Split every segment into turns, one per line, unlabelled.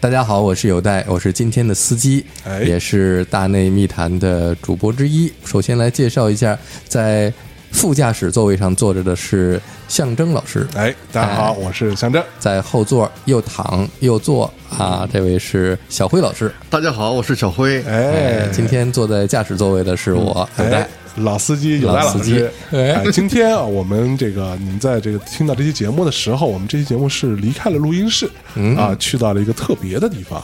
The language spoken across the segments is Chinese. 大家好，我是有代，我是今天的司机，
哎
也是大内密谈的主播之一。首先来介绍一下，在副驾驶座位上坐着的是象征老师，
哎，大家好，
哎
我是向正。
在后座又躺又坐啊，这位是小辉老师。
大家好，我是小辉。
哎，
今天坐在驾驶座位的是我有代
哎。，老司机有赖
老司机
师。
哎
哎，今天啊，我们这个你们在这个听到这期节目的时候，我们这期节目是离开了录音室
嗯
啊，去到了一个特别的地方。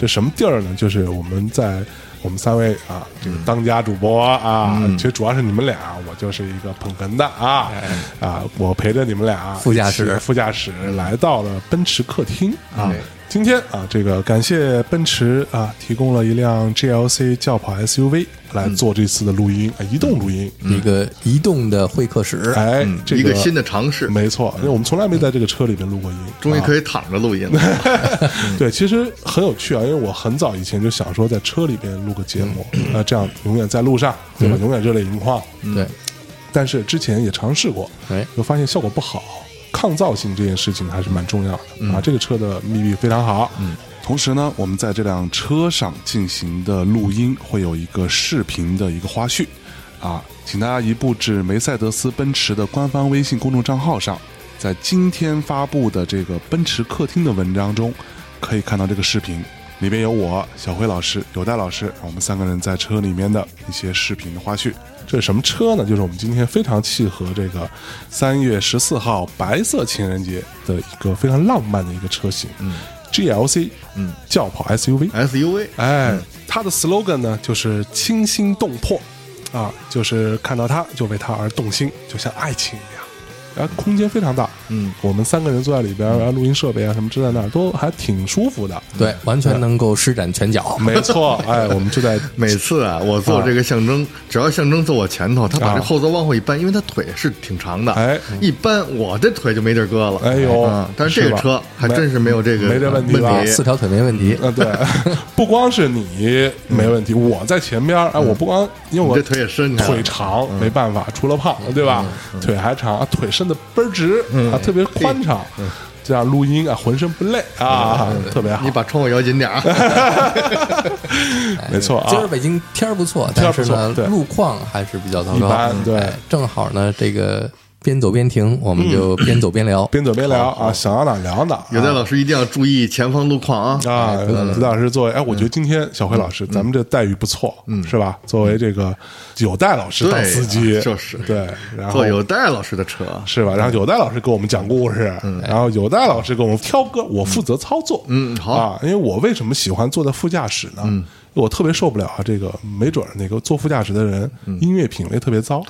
这什么地儿呢？就是我们在我们三位啊，
嗯
这个当家主播啊，其实主要是你们俩，我就是一个捧哏的啊啊，我陪着你们俩
哎副驾驶哎
一起副驾驶来到了奔驰客厅啊。今天啊，这个感谢奔驰啊，提供了一辆 GLC 轿跑 SUV 来做这次的录
嗯
音，啊，移动录音。
一个移动的会客室，
哎，这
嗯一个新的尝试，
没错，因为我们从来没在这个车里面录过音，
终于
以。
可以嗯躺着录音了。
啊 对，其实很有趣啊，因为我很早以前就想说在车里面录个节目，
嗯
那这样永远在路上，对吧？永远热泪盈眶。
对，
但是之前也尝试过
哎，
就发现效果不好。抗造性这件事情还是蛮重要的啊，这个车的密闭非常好。嗯，
同时呢，我们在这辆车上进行的录音会有一个视频的一个花絮，啊，请大家移步至梅赛德斯奔驰的官方微信公众账号上，在今天发布的这个奔驰客厅的文章中，可以看到这个视频，里面有我、小辉老师、有戴老师，我们三个人在车里面的一些视频的花絮。
这是什么车呢？就是我们今天非常契合这个三月十四号白色情人节的一个非常浪漫的一个车型，嗯，GLC，嗯，轿跑 SUV，
SUV
哎，它的 slogan 呢就是清新动魄，啊，就是看到它就为它而动心，就像爱情一样。然后空间非常大，嗯，我们三个人坐在里边，然后录音设备啊什么支在那儿，都还挺舒服的。
对，完全能够施展拳脚。
没错，哎，我们就 在
每次啊，我坐这个象征，只要象征坐我前头，他把
啊
这后座往后一搬，因为他腿是挺长的，
哎
一搬我这腿就没地儿搁了。
哎呦
啊但是这
是
个
吧
车还
没
真是没有这个呃
没这问题
题
吧
四条腿没问题，
啊，对，不光是你没问题，我在前边儿，哎，我不光因为我
嗯你这腿也伸开了
腿长
嗯
没办法，除了胖了，对吧？腿还长，啊腿伸的倍儿直，
嗯
啊，特别宽敞，这样录音啊，浑身不累啊，
嗯
特别好
你，把窗户摇紧点儿。
没错
今儿
啊，
北京天儿不错，
天儿
但
不
是
错
呢
对，
路况还是比较糟糕。
一般对
哎正好呢，这个边走边停，我们就边走边聊。
嗯边走边聊啊，想到哪儿聊哪儿啊，
有的老师一定要注意前方路况啊。
啊，李老师作为，哎，我觉得今天小辉老师，咱们这待遇不错，是吧？作为这个有代老师当
对啊
司机，
就是
对，然后哎
坐有戴老师的车，
是吧？然后有戴老师给我们讲故事，然后有戴老师给我们挑歌，我负责操作。
嗯好嗯
啊，因为我为什么喜欢坐在副驾驶呢？我特别受不了啊，这个没准儿那个坐副驾驶的人
嗯
音乐品味特别糟，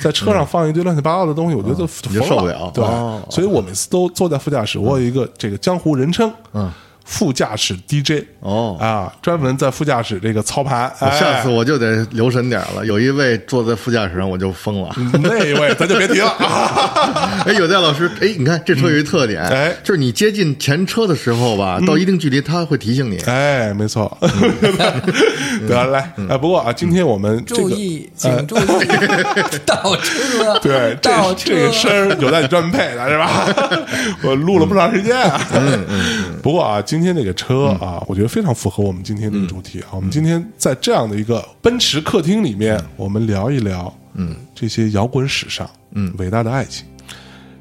在车上放一堆乱七八糟的东西，我觉得就
嗯你就
疯
受不了
对
哦，
所以我每次都坐在副驾驶，我有一个这个江湖人称，嗯。副驾驶 DJ
哦
啊，专门在副驾驶这个操盘。
我
哎
下次我就得留神点儿了。有一位坐在副驾驶上，我就疯了。
那一位咱就别提了啊。
哎，有戴老师，哎，你看这车有一特点，
哎
就是你接近前车的时候吧，到一定距离，它会提醒你。
哎，没错， 得来，哎，不过啊，今天我们这
注
个呃
意，请注意， 倒车，
对这
倒
个
车，
这个声儿有在你专配的是吧？ 我录了不长时间啊。 不过啊，今天这个车啊，我觉得非常符合我们今天这个主题啊。我们今天在这样的一个奔驰客厅里面，我们聊一聊，嗯，这些摇滚史上，嗯，伟大的爱情。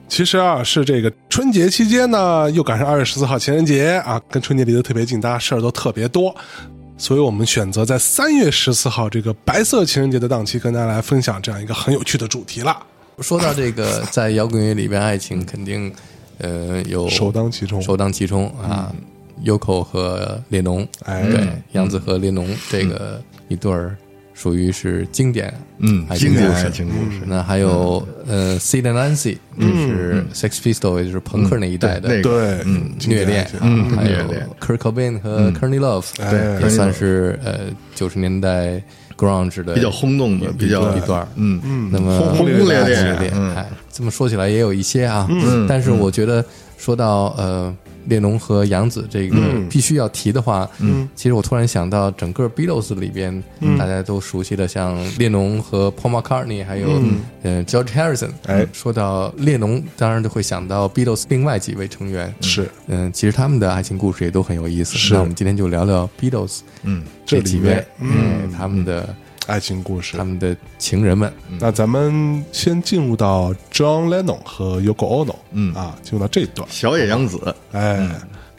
其实啊，是这个春节期间呢，又赶上二月十四号情人节啊，跟春节离得特别近，大家事儿都特别多，所以我们选择在三月十四号这个白色情人节的档期，跟大家来分享这样一个很有趣的主题啦，
说到这个，在摇滚乐里边，爱情肯定呃有
首当其冲。嗯
首当其冲啊。Yoko 和列侬，
哎
对，杨子和列侬这个一对儿，属于是经典，
嗯
爱情
经典
故事
爱情故事
那还有呃，Sid and Nancy，就是
嗯
Sex Pistol，也就是朋克那一代的
对那个
对，嗯，
虐恋，嗯，还有
虐恋
Kurt Cobain 和
嗯
c o r n e y Love，
哎
也算是呃九十年代 grunge 的
比较轰动的，比较
一段儿，
嗯
嗯，那么
轰轰烈烈
轰烈烈，哎，这么说起来也有一些啊，但是我觉得说到呃列侬和杨子这个必须要提的话，嗯，其实我突然想到，整个 Beatles 里边、大家都熟悉的，像列侬和 Paul McCartney，还有嗯、呃 George Harrison。
哎
说到列侬，当然就会想到 Beatles 另外几位成员。
是
嗯，其实他们的爱情故事也都很有意思。
是
那我们今天就聊聊 Beatles，嗯，这
这
几
里面
位，嗯，他们的、
爱情故事
他。们的情人们，
那咱们先进入到 John Lennon 和 Yoko Ono，嗯啊，进入到这一段，
小野洋子，
哎，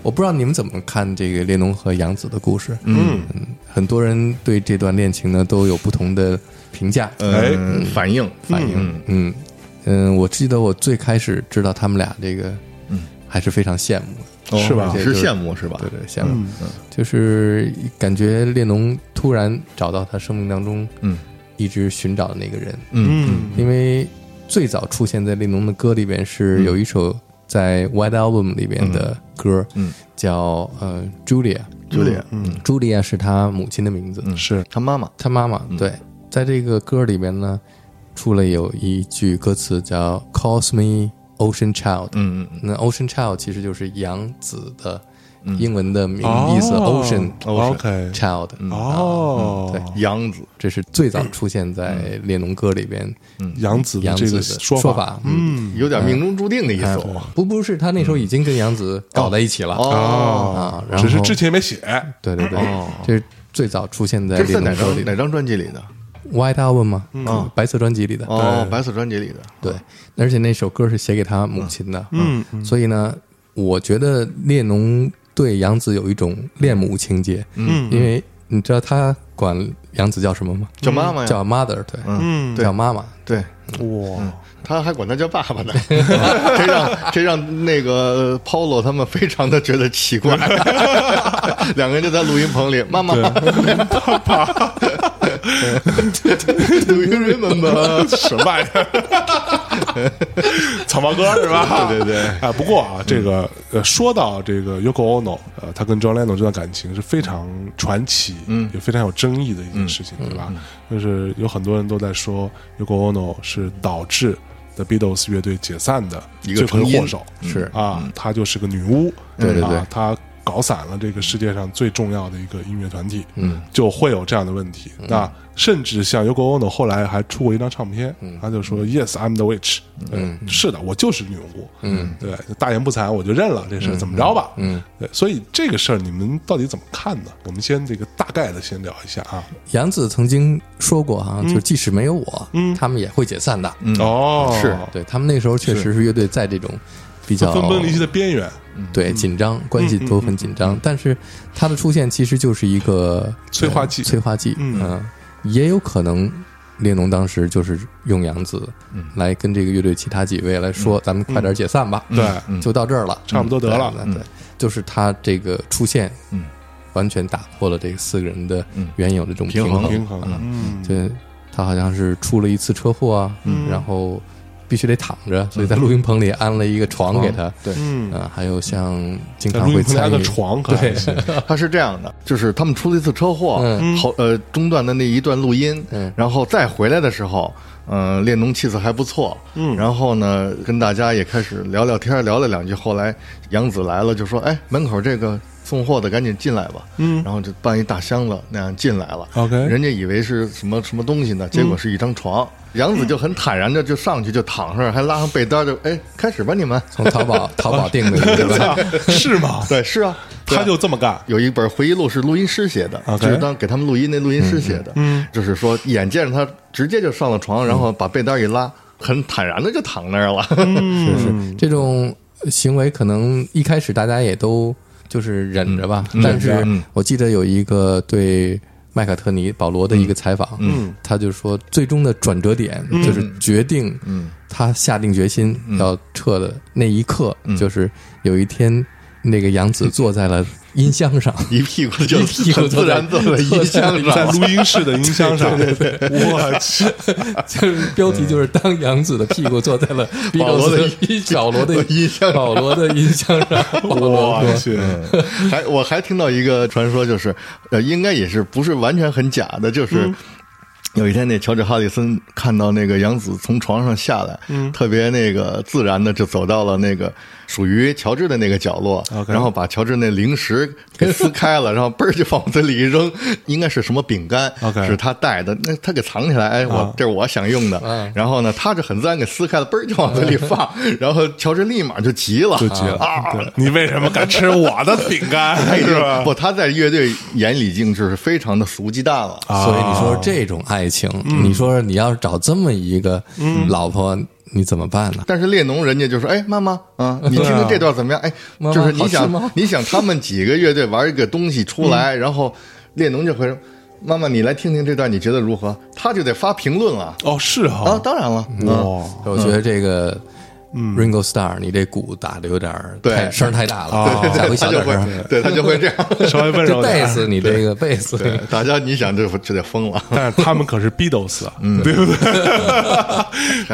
我不知道你们怎么看这个列侬和杨子的故事。嗯，很多人对这段恋情呢都有不同的评价。
嗯，反应
反应，嗯嗯，我记得我最开始知道他们俩这个，嗯，还是非常羡慕的，
是吧
这
是
就是
羡慕是吧
对？对，羡慕，就是感觉列侬突然找到他生命当中，
嗯，
一直寻找的那个人，
嗯
因为最早出现在列侬的歌里边是有一首在 White Album 里边的歌，嗯嗯，叫呃 Julia，
朱莉，嗯，
茱莉亚是他母亲的名字，
嗯是
她妈妈，
他妈妈。
嗯
对，在这个歌里边呢，出了有一句歌词叫 “Calls me Ocean Child”。
嗯嗯嗯
那 Ocean Child 其实就是养子的英文的名意思、
嗯哦
Ocean
OK 嗯
Child。
哦，
嗯啊对，
洋子，
这是最早出现在列侬歌里边
杨子的嗯
杨
这
子
个
的
说
说法。嗯，
有点命中注定的意思哦。
不不是，他那时候已经跟杨子搞在一起了。
哦
啊然后
只是之前没哦写，
对对对，这是最早出现在
这是
列
在
侬
哪
歌里
张
的
哪张专辑里的？
White Album 吗？嗯，白色专辑里的。
哦，白色专辑里的。
对，而且那首歌是写给他母亲的，嗯，所以呢，我觉得列侬对杨子有一种恋母情节，嗯，因为你知道他管杨子叫什么吗？
叫妈妈呀
叫 mother，对，嗯，叫妈妈，
对，
嗯
哇，
他还管他叫爸爸呢， 这让这让那个 Polo 他们非常的觉得奇怪， 两个人就在录音棚里，妈妈，爸爸 ，Do you remember？
什么玩意儿？ 草帽哥是吧？对对对。啊，不过啊，这个呃，说到这个 Yoko Ono，呃，他跟 John Lennon 这段感情是非常传奇，嗯，也非常有争议的一件事情，对吧？就是有很多人都在说 Yoko Ono 是导致 The Beatles 乐队解散的
一
罪
个
魁
成因
祸首，
是
啊，她就是个女巫，
对对对
啊，她搞散了这个世界上最重要的一个音乐团体，嗯，就会有这样的问题。那甚至像 Yoko Ono 后来还出过一张唱片，他就说 Yes, I'm the witch，嗯，是的，我就是女巫，嗯，对，大言不惭，我就认了这事儿，怎么着吧，嗯，对，所以这个事儿你们到底怎么看呢？我们先这个大概的先聊一下啊，
杨子曾经说过哈、就即使没有我，他们也会解散的，
哦，
嗯是
对他们那时候确实是乐队在这种比较
分崩离析的边缘，
对紧张，关
嗯
系都很紧张。但是他的出现其实就是一个
催化剂
呃催化剂。
嗯
呃也有可能列侬当时就是用杨子
嗯
来跟这个乐队其他几位来说，咱们快点解散吧，
嗯对，
嗯
嗯
就到这儿了，
差不多得了
对，对就是他这个出现，
嗯，
完全打破了这个四个人的原有的这种
平衡
衡。
平衡，嗯，
这他好像是出了一次车祸啊，
嗯
然后必须得躺着，所以在录音棚里安了一个床给他。
哦对，
嗯，
啊，还有像经
在
常
录
会
音棚里
参
安个
与
床，可还行
他是这样的，就是他们出了一次车祸，
嗯
后呃中断的那一段录音，
嗯
然后再回来的时候，嗯、列侬气色还不错，嗯，然后呢跟大家也开始聊聊天，聊了两句，后来杨子来了就说，哎，门口这个。送货的赶紧进来吧，嗯，然后就搬一大箱子那样进来了。
OK
人家以为是什么什么东西呢，结
嗯
果是一张床。杨子就很坦然的就上去就躺上，还拉上被单就哎开始吧你们。
从淘 宝淘宝订的，对吧？
是吗？
对，是啊，对啊
他就这么干，
有一本回忆录是录音师写的
OK
就是当给他们录音那录音师写的，嗯，就是说眼见着他直接就上了床，然后把被单一拉，很坦然的就躺那儿了，
是嗯是，这种行为可能一开始大家也都就是嗯忍着吧，但
忍
是我记得有一个对。麦卡特尼·保罗的一个采访，嗯，他就说，最终的转折点就是决定，嗯，他下定决心要撤的那一刻，就是有一天，那个杨子坐在了音箱上，
一屁股就
一屁股
很
坐
自
在
然坐在音箱
在
上，
录音室的音箱上，我去，
就是标题就是当杨子的屁股坐在了
保罗的
Beatles 嗯保 罗的
音箱
保罗的音箱上，保罗
我
说
去，
还我还听到一个传说，就是呃，应该也是不是完全很假的，
嗯
就是。有一天，那乔治·哈里森
嗯
看到那个杨子从床上下来，特别那个自然的就走到了那个属于乔治的那个角落
OK
然后把乔治那零食给撕 开了，然后嘣儿就往我嘴里一扔，应该是什么饼干
OK 啊
是他带的，那他给藏起来，哎，我、这是我想用的，然后呢，他就很自然给撕开了，嘣儿就往嘴里 放，然后乔治立马就急了，
啊就急了
啊，哎
对你为什么敢吃我的饼干？
他已
是
经
吧？
不，他在乐队眼里已经就是非常的俗鸡蛋了。
啊
所以你说这种爱情，你说你要是找这么一个老婆，你怎么办呢？
但是列侬人家就说：“哎，妈妈啊，你听听这段怎么样？哎，
妈妈
就是你想
好吃吗嗯
你想他们几个乐队玩一个东西出来，然后列侬就会说：‘妈妈，你来听听这段，你觉得如何？’他就得发评论了。
哦，是
啊，
哈，
当然了，嗯，
哦，
我觉得这个 Ringo Starr，你这鼓打的有点儿
对
太声儿太大
哦
了，下
对
回小点
他就
声
会
儿。，
对他就会这样。
稍微温
这
柔
贝
点。
斯，你这个贝斯，
对，大家你想这这得疯了。
但是他们可是 Beatles，、嗯、对不 对？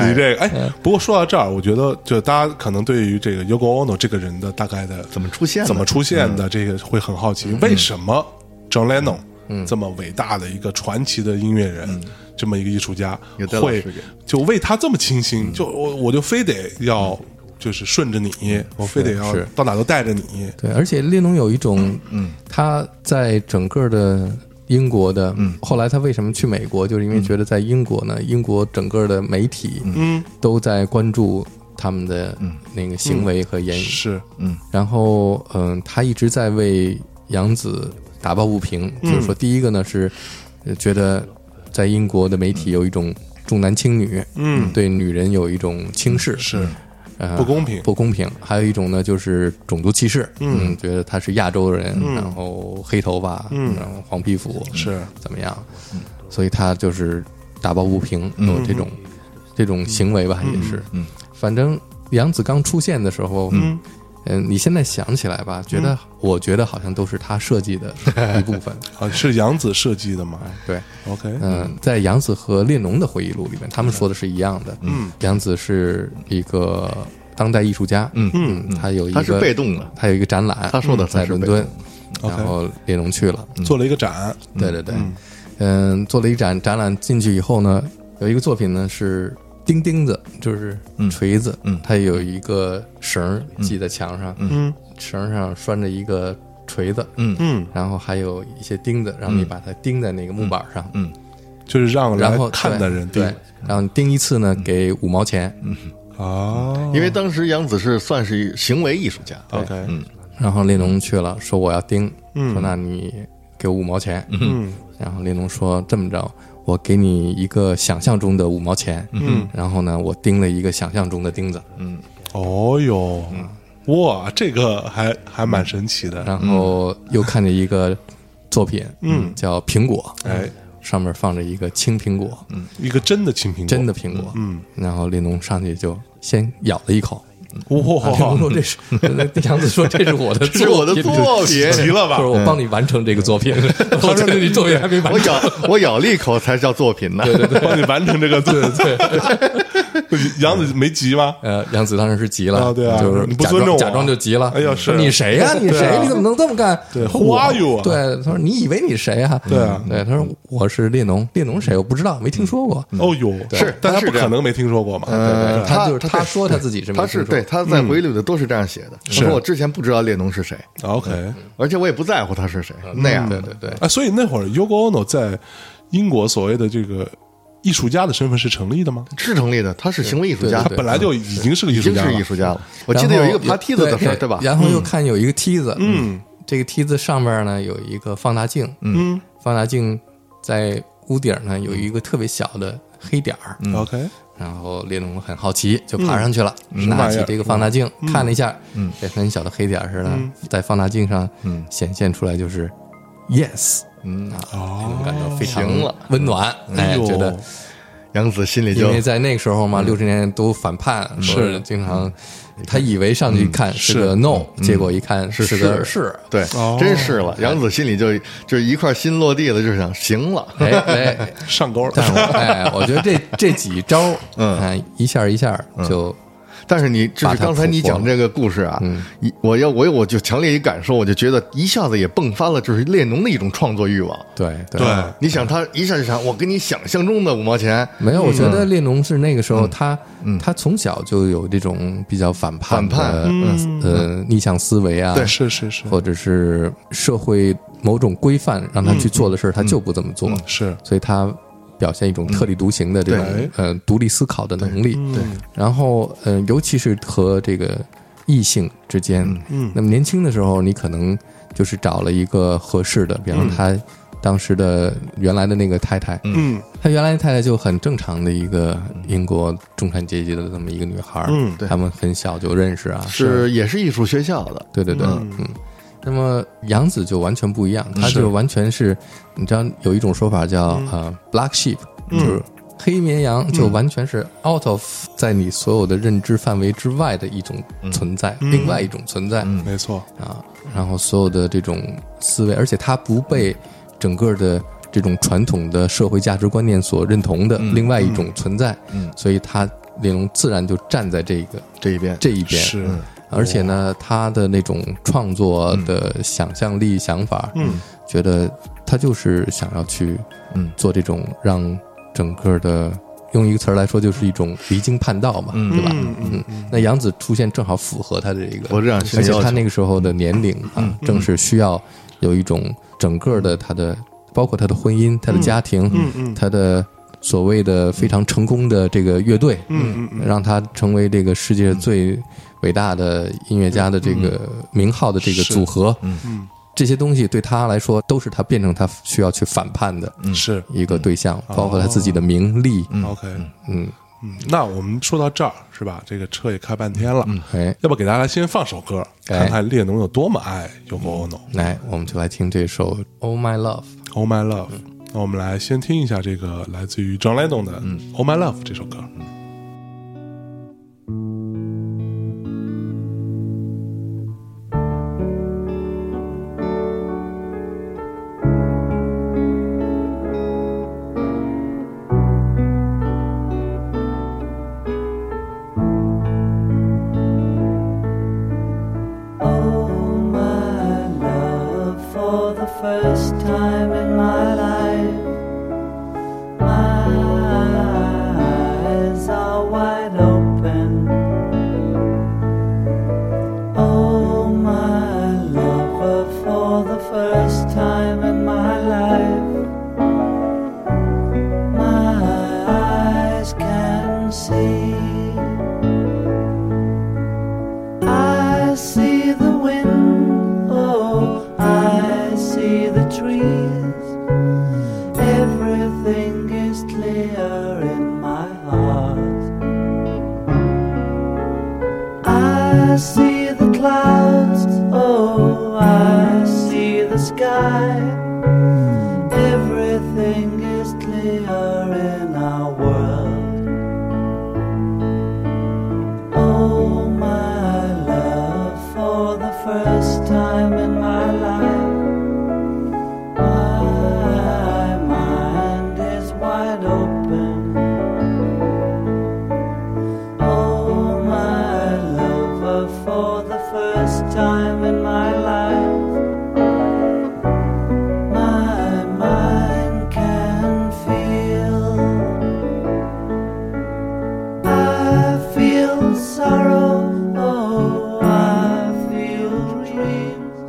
你这个哎，不过说到这儿，我觉得就大家可能对于这个 Yoko Ono 这个人的大概的
怎么出现的？
怎么出现的，这个会很好奇，为什么 John Lennon 这么伟大的一个传奇的音乐人，这么一个艺术家
有戴老
会
师给
就为他这么倾心，就我我就非得要就是顺着你，我非得要
是
到哪都带着你，
对，而且列侬有一种，嗯，他在整个的英国的，嗯，后来他为什么去美国，就是因为觉得在英国呢，英国整个的媒体，嗯，都在关注他们的那个行为和言语，
是
然后嗯，他一直在为杨子打抱不平，就是说，第一个呢是呃觉得在英国的媒体有一种重男轻女，嗯，对女人有一种轻视，
是
呃
不公平，
不公平。还有一种呢，就是种族歧视，嗯，觉得他是亚洲人，然后黑头发，嗯，然后黄皮肤，
是
怎么样？所以他就是打抱不平，有这种这种行为吧，也是。嗯，反正杨子刚出现的时候，嗯。你现在想起来吧，觉得我觉得好像都是他设计 的一部分。
啊，是杨子设计的嘛
对，
？OK，
嗯，在杨子和列侬的回忆录里面，他们说的是一样的。嗯，杨子是一个当代艺术家。嗯嗯，他有一个
他是被动的
他有一个展览。
他说的
在
他是
伦
被
敦，
动的
然后列侬去了。
做了一个展，
对对对，嗯，做了一展展览进去以后呢，有一个作品呢是钉钉子，就是锤子，嗯，它有一个绳儿系在墙上，嗯，绳儿上拴着一个锤子，嗯
嗯，
然后还有一些钉子，让你把它钉在那个木板上，嗯，
就是让来
然后
看的人
对，
定
对然后你钉一次呢给五毛钱，
啊
因为当时杨子是算是行为艺术家，
哦
，OK，嗯
然后列侬去了，说我要钉，说那你给我五毛钱，嗯，然后列侬说这么着，我给你一个想象中的五毛钱，嗯，然后呢，我钉了一个想象中的钉子，
哦哟，哇，这个还还蛮神奇的，
然后又看见一个作品，嗯，叫苹果，
哎，
上面放着一个青苹果，嗯，
一个真的青苹果，
真的苹果，嗯，然后列侬上去就先咬了一口，列侬
哇，
说这是，杨子说这是我的，
这是我的 作品。
急了吧
就是？我帮你完成这个作品，我觉得你作品还没完
我
成。
咬我咬了一口才叫作品呢。
帮你完成这个字，杨子没急吗？
呃，杨子当时是急了，
啊对啊
就是
你不
假
尊
装
重我
假装就急了。
哎呀是
说你谁呀、你谁、
对啊
你怎么能这么干？
对
我
who are you 啊
对，他说你以为你谁啊？
对啊
对，他说我是列侬，列侬谁？我不知道，没听说过。
嗯
哦哟，
是
但他
是
不
这
可
样
能没听说过嘛？
呃
对他就是
他
他说他自己是没
他
听
是
说过
对他在回忆录里都嗯是这样写的。他说我之前不知道列侬是谁，
啊 OK，
嗯
而且我也不在乎他是谁，那样
对
的。
对对，
啊，所以那会儿 Yoko Ono 在英国所谓的这个艺术家的身份是成立的吗？
是成立的，他是行为艺术
对
家
他
啊对，
本来就已经是个艺
已
术
经
家
是艺
了，
术家了。我记得有一个爬梯子的事儿，
然后
对吧？
然后又
嗯
看有一个梯子，嗯，这个梯子上面呢有一个放大镜，嗯，放大镜在屋顶呢有一个特别小的黑点儿，嗯
OK，
然后列侬很好奇，就爬上去了，
什么
拿
玩意儿
起这个放大镜、看了一下，嗯，这很小的黑点儿似的，在放大镜上显现出来就是 yes，嗯啊，这种感觉非常
行了
温暖，哎，
哦呦
觉得
杨子心里
因
就
为在那个时候嘛，六十年代都反叛，说
是
经常他以为上去一看是个
是
no，结果一看
是
是个
是
是，
对
哦，
真是了。杨子心里就就一块心落地了，就想行了。
哎哎，
上钩了
哎但是我哎，我觉得这这几招，嗯，一下一下就
但是你就是
把它
刚才你
捕获
讲这个故事啊
嗯，
一我要我我就强烈一感受，我就觉得一下子也迸发了就是列侬的一种创作欲望。
对对
对，
你想他一下就想，我跟你想象中的五毛钱
没
嗯
有，我觉得列侬是那个时候他他从小就有这种比较反叛的
反叛
呃
嗯
呃逆向思维啊，
是是是
或者是社会某种规范让他去做的事儿，他就不这么做，
是，
所以他表现一种特立独行的这种、
对
呃独立思考的能力。
对，嗯
然后呃，尤其是和这个异性之间，
嗯
那么年轻的时候，你可能就是找了一个合适的，比方说他当时的原来的那个太太，
嗯
他原来太太就很正常的一个英国中产阶级的这么一个女孩儿，
嗯
对
他们很小就认识啊，
是也是艺术学校的，
对对对，嗯。那么杨子就完全不一样，他就完全是，你知道有一种说法叫呃 black sheep，就是黑绵羊，就完全是 out of 在你所有的认知范围之外的一种存在，另外一种存在
嗯
嗯
没错，
啊。然后所有的这种思维，而且它不被整个的这种传统的社会价值观念所认同的另外一种存在，所以他列侬自然就站在这个
嗯这一边
这一边，
是
而且呢，他的那种创作的想象力、想法，
嗯，
觉得他就是想要去，
嗯，
做这种让整个的，用一个词儿来说，就是一种离经叛道嘛，对吧？嗯，那杨子出现正好符合他的这个，
我这样是
而且
要
他
求
那个时候的年龄啊，正是需要有一种整个的他的，包括他的婚姻、他的家庭，
嗯嗯
他的所谓的非常成功的这个乐队，
嗯嗯
让他成为这个世界最伟大的音乐家的这个名号的这个组合，
嗯
这些东西对他来说都是他变成他需要去反叛的
嗯哦是
一个对象，包括他自己的名利，
OK，
嗯，
嗯，那我们说到这儿是吧？这个车也开半天了，
哎，
要不给大家先放首歌，
哎嗯
看看列侬有多么爱 Yoko Ono。
来，我们就来听这首《Oh My Love》。
Oh My Love。那我们来先听一下这个来自于 John Lennon 的
嗯
《Oh My Love》这首歌。
Oh, my love, for the first time in my life, my eyes are wide open. Oh, my lover, for the first time in my life, my eyes can see. I see the wind, oh, I see the trees. Everything is clear in my heart. I see the clouds, oh, I see the sky. Everything is clear in our world. Oh, my love, for the first time in my life, my mind is wide open. Oh, my lover, for the first time in my life, my mind can feel. I feel sorrow, oh, I feel dreams.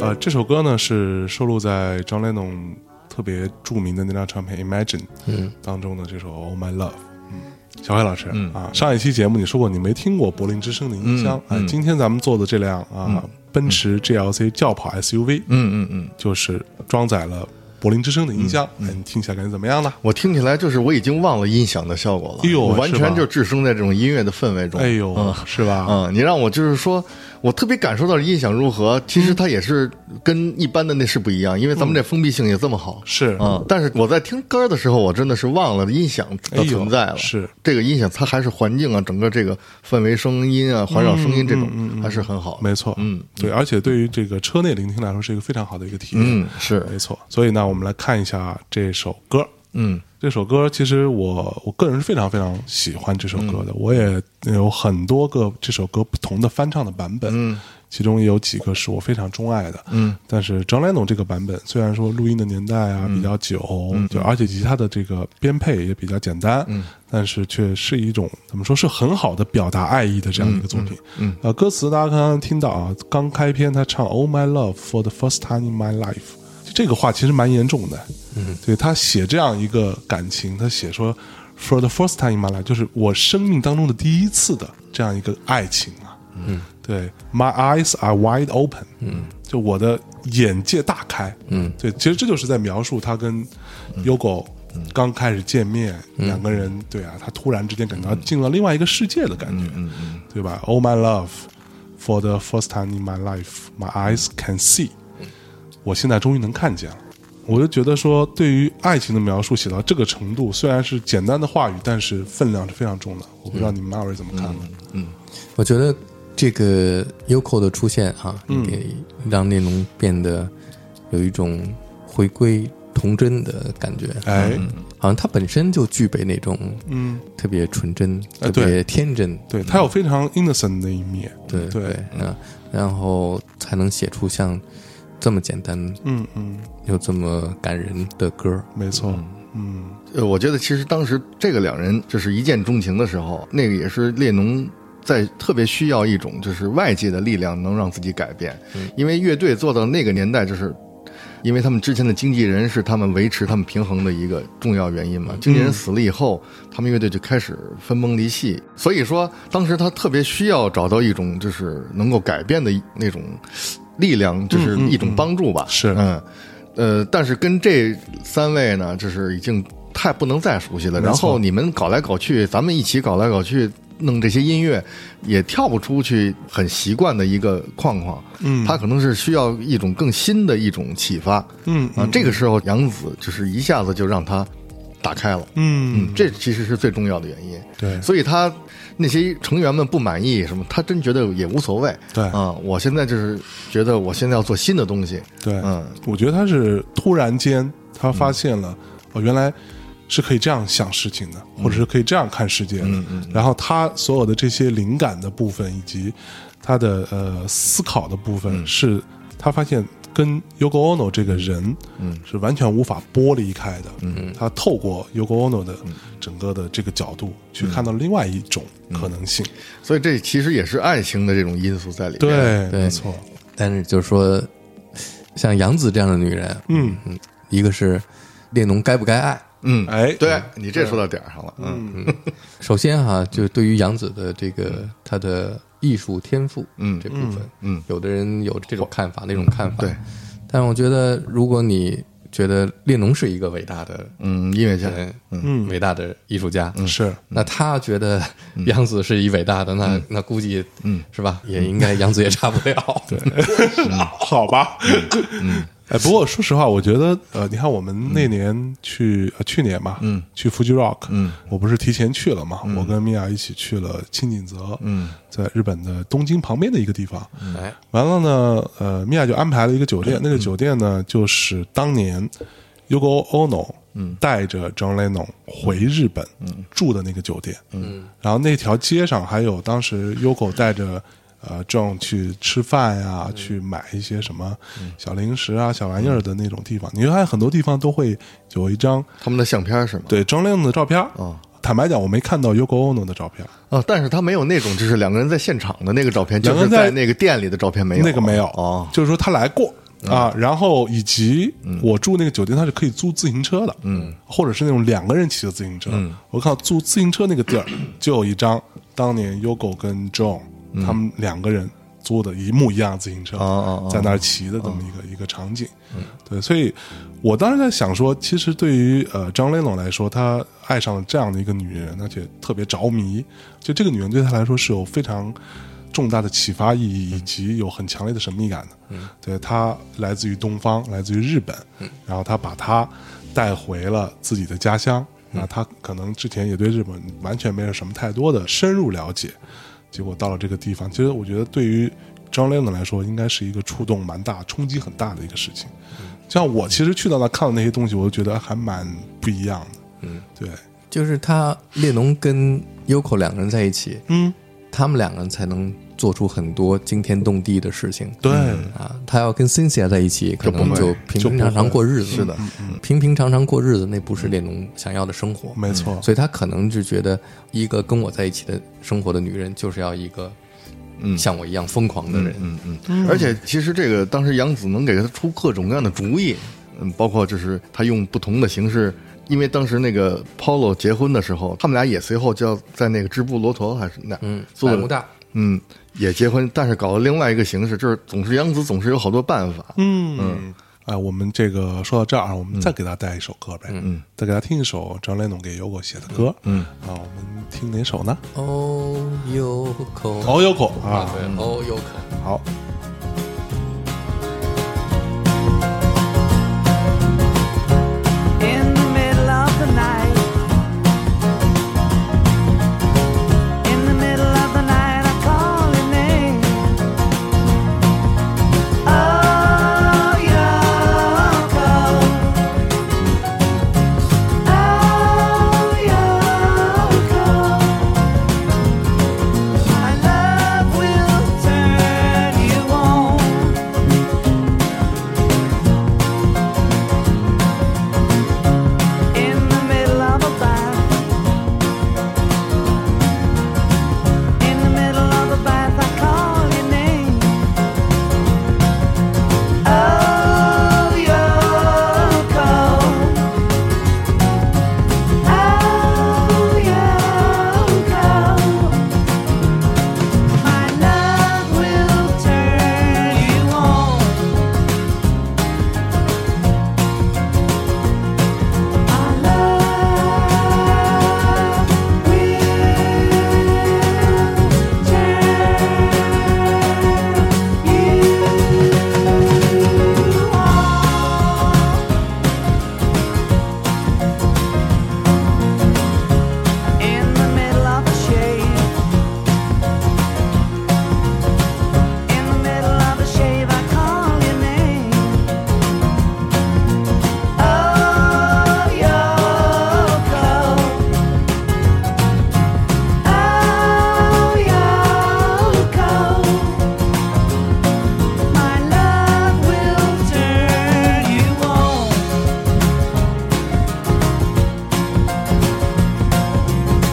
呃，这首歌呢是收录在 John Lennon 特别著名的那张唱片《Imagine》
嗯
当中的这首《Oh My Love》。嗯，小黑老师、啊，上一期节目你说过你没听过柏林之声的
嗯
音箱、啊，今天咱们做的这辆啊、奔驰 GLC 轿跑 SUV，
嗯嗯嗯，
就是装载了柏林之声的音箱。哎，你听起来感觉怎么样呢？
我听起来就是我已经忘了音响的效果了，
哎呦
我完
是吧
全就置身在这种音乐的氛围中。
哎呦，
嗯
是吧？
嗯，你让我就是说，我特别感受到音响如何，其
嗯
实它也是跟一般的那是不一样，因为咱们这封闭性也这么好。
是
嗯，但是我在听歌的时候，我真的是忘了音响的存在
哎呦
了。
是
这个音响，它还是环境啊，整个这个氛围、声音啊，环绕
嗯
声音这种还是很好的。
没错，
嗯，
对，而且对于这个车内聆听来说是一个非常好的一个体验，
嗯，是
没错。所以呢，我们来看一下这首歌，
嗯，
这首歌其实我我个人是非常非常喜欢这首歌的，我也有很多个这首歌不同的翻唱的版本，嗯，其中也有几个是我非常钟爱的，嗯，但是 John Lennon 这个版本虽然说录音的年代啊比较久，就而且吉他的这个编配也比较简单，嗯，但是却是一种怎么说是很好的表达爱意的这样一个作品，嗯，呃，歌词大家刚刚听到啊，刚开篇他唱 Oh my love for the first time in my life。这个话其实蛮严重的，嗯，对他写这样一个感情，他写说 for the first time in my life，就是我生命当中的第一次的这样一个爱情啊，嗯，对，my eyes are wide open，嗯，就我的眼界大开，嗯，对，其实这就是在描述他跟 Yogo 刚开始见面，两个人，对啊，他突然之间感到进了另外一个世界的感觉，嗯嗯，对吧？Oh my love。For the first time in my life, my eyes can see. 我现在终于能看见了。我就觉得说，对于爱情的描述写到这个程度，虽然是简单的话语，但是分量是非常重的。我不知道你们二位怎么看的？
我觉得这个 Yoko 的出现啊，
嗯
给让内容变得有一种回归童真的感觉。嗯
哎，
好像他本身就具备那种
嗯，
特别纯真、
哎
特
对
别天真，
对，他有非常 innocent 的一面。
对
对
嗯，然后才能写出像这么简单
嗯嗯，
又这么感人的歌。
没错，嗯
呃，我觉得其实当时这个两人就是一见钟情的时候，那个也是列侬在特别需要一种就是外界的力量能让自己改变，因为乐队做到那个年代就是。因为他们之前的经纪人是他们维持他们平衡的一个重要原因嘛，经纪人死了以后，他们乐队就开始分崩离析。所以说，当时他特别需要找到一种就是能够改变的那种力量，就是一种帮助吧。
是
嗯，呃，但是跟这三位呢，就是已经太不能再熟悉了。然后你们搞来搞去，咱们一起搞来搞去，弄这些音乐也跳不出去很习惯的一个框框。
嗯
他可能是需要一种更新的一种启发。
嗯
啊，这个时候杨子就是一下子就让他打开了。
嗯，
这其实是最重要的原因。
对
所以他那些成员们不满意什么，他真觉得也无所谓。
对
啊，我现在就是觉得我现在要做新的东西。
对，
嗯，
我觉得他是突然间他发现了，哦，原来是可以这样想事情的，或者是可以这样看世界的。然后他所有的这些灵感的部分以及他的呃思考的部分，是他发现跟 Yoko Ono 这个人，嗯，是完全无法剥离开的。嗯，他透过 Yoko Ono 的整个的这个角度去看到另外一种可能性。
所以这其实也是爱情的这种因素在里面。，
对，
对
没错，
但是就是说，像杨紫这样的女人，
嗯，
一个是列侬该不该爱。
嗯，
哎，
对你这说到点儿上了。嗯
首先哈、就是对于杨紫的这个她的艺术天赋，
嗯
这部分，
嗯，
有的人有这种看法，那种看法，
对。
但是我觉得，如果你觉得列侬是一个伟大的
嗯，音乐家，
人，嗯，伟大的艺术家，
嗯
嗯
是。
那他觉得杨紫是一伟大的，那那估计，嗯，是吧？也应该杨紫也差不了，对，
好吧，嗯，哎，不过说实话，我觉得，呃，你看我们那年去，呃、去年吧，嗯，去 Fuji Rock，嗯，我不是提前去了嘛，我跟米娅一起去了青井泽，嗯，在日本的东京旁边的一个地方，
哎，
完了呢，呃，米娅就安排了一个酒店，那个酒店呢，就是当年 Yoko Ono 带着 John Lennon 回日本住的那个酒店。嗯，然后那条街上还有当时 Yoko 带着呃 John 去吃饭呀、去买一些什么小零食啊、小玩意儿的那种地方。你看很多地方都会有一张
他们的相片是吗？
对 John Lennon 的照片。坦白讲，我没看到 Yoko Ono 的照片。
啊，但是他没有那种就是两个人在现场的那个照片，就
两个
是
人在
在那个店里的照片没有，
那个没有
哦，嗯
就是说他来过啊，然后以及我住那个酒店，它是可以租自行车的，嗯，或者是那种两个人骑的自行车。
嗯
我看到租自行车那个地 儿，就有一张当年 Yogo 跟 John 他们两个人租的一模一样的自行车
嗯哦哦，哦
在那儿骑的这么一个一个场景。对，所以我当时在想说，其实对于呃张雷龙来说，他爱上了这样的一个女人，而且特别着迷，就这个女人对他来说是有非常重大的启发意义，以及有很强烈的神秘感的。嗯，对，她来自于东方，来自于日本，然后他把她带回了自己的家乡。那他可能之前也对日本完全没有什么太多的深入了解，结果到了这个地方，其实我觉得对于 John Lennon 来说，应该是一个触动蛮大、冲击很大的一个事情。
嗯
像我其实去到那看到那些东西，我就觉得还蛮不一样的。嗯，对，
就是他列侬跟 Yoko 两个人在一起，
嗯，
他们两个人才能做出很多惊天动地的事情。
对，
啊，他要跟 Cynthia 在一起，可能就平平常常过日子。是的，平平常常过日子，那不是列侬想要的生活。
没错，
嗯所以他可能就觉得，一个跟我在一起的生活的女人，就是要一个像我一样疯狂的人。
嗯嗯，而且其实这个当时杨子能给他出各种各样的主意，嗯，包括就是他用不同的形式，因为当时那个 Polo 结婚的时候，他们俩也随后就要在那个支布罗陀还是那
嗯，
做
百
了
慕大，
嗯，也结婚，但是搞了另外一个形式，就是总是杨子总是有好多办法。
嗯，哎，我们这个说到这儿啊，我
嗯
们再给大家带一首歌呗，嗯，再给大家听一首张雷农给 Yoko 写的歌，嗯，啊，我们听哪首呢？
哦，Yoko，
哦，Yoko 啊，
对，哦，Yoko，
好，
in the middle of the night. In the middle of the night, I call your name. Oh, Yoko. Oh, Yoko. My love will turn you on. in the middle of a bath. In the middle of a bath, I call your name. Oh, Yoko. Oh, Yoko. My love will turn you on. My love will turn you on. In the middle of a shave, in the middle of a shave, I call your name. Oh, Yoko. Oh, Yoko. My love will turn you on.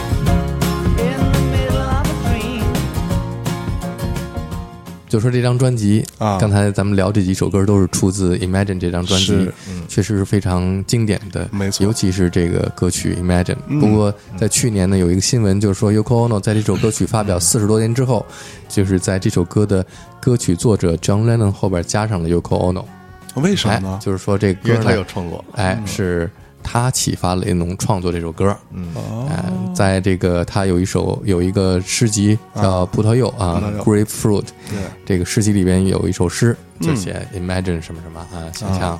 In the middle of a dream.
就说这张专辑
啊
刚才咱们聊这几首歌都是出自《Imagine》这张专辑
是，嗯
确实是非常经典的，
没错嗯
尤其是这个歌曲《Imagine》。不过在去年呢，有一个新闻就是说，Yoko Ono 在这首歌曲发表四十多年之后，就是在这首歌的歌曲作者 John Lennon 后边加上了 Yoko Ono，
为什么
哎，
呢？
就是说这歌
因为
呢
他有创作，
嗯
哎，是他启发了雷农创作这首歌。嗯，哎，
哦
在这个他有一首有一个诗集叫《葡萄柚》啊，
萄柚
Grapefruit》。
对
这个诗集里边有一首诗，就写 Imagine 什么什么啊，想象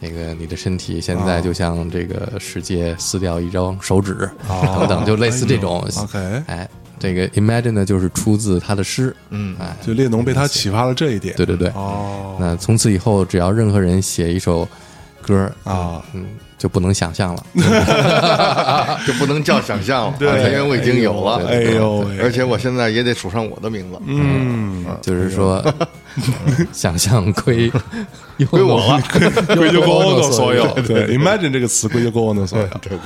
那个你的身体现在就像这个世界撕掉一张手指 等等，就类似这种。
，OK，
哎，这个 Imagine 呢，就是出自他的诗。嗯，哎，
就列侬被他启发了这一点，
对对对。
哦，
那从此以后，只要任何人写一首歌
啊，
嗯，就不能想象了。
啊就不能叫想象了，啊因为我已经有了。
哎呦喂
而且我现在也得署上我的名字，
嗯，
就是说， 想象归，
归我了。
归咎过 o 所有对，Imagine 这个词归咎过 o 所有，对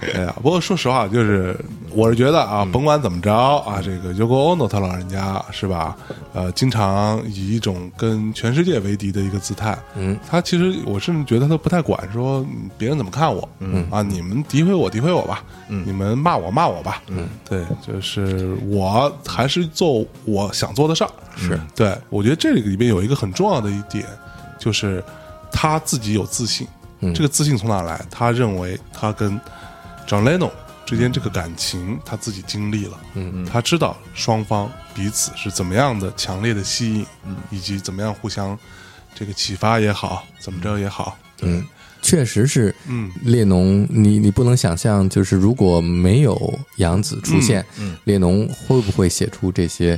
对。哎呀，不过说实话，就是我是觉得啊，甭管怎么着啊，这个 Yoko Ono 他老人家是吧？呃，经常以一种跟全世界为敌的一个姿态，嗯，他其实我甚至觉得他不太管说嗯别人怎么看我，嗯啊，你们诋毁我诋毁我吧，嗯，你们骂我骂我吧，嗯，对，就是我还是做我想做的事儿，是对，我觉得这个里边有一个很重要的一点。就是他自己有自信。这个自信从哪来？他认为他跟 John Lennon 之间这个感情，他自己经历了。嗯，他知道双方彼此是怎么样的强烈的吸引，以及怎么样互相这个启发也好，怎么着也好。
嗯，确实是，
嗯，
列侬，你你不能想象，就是如果没有杨子出现，列侬会不会写出这些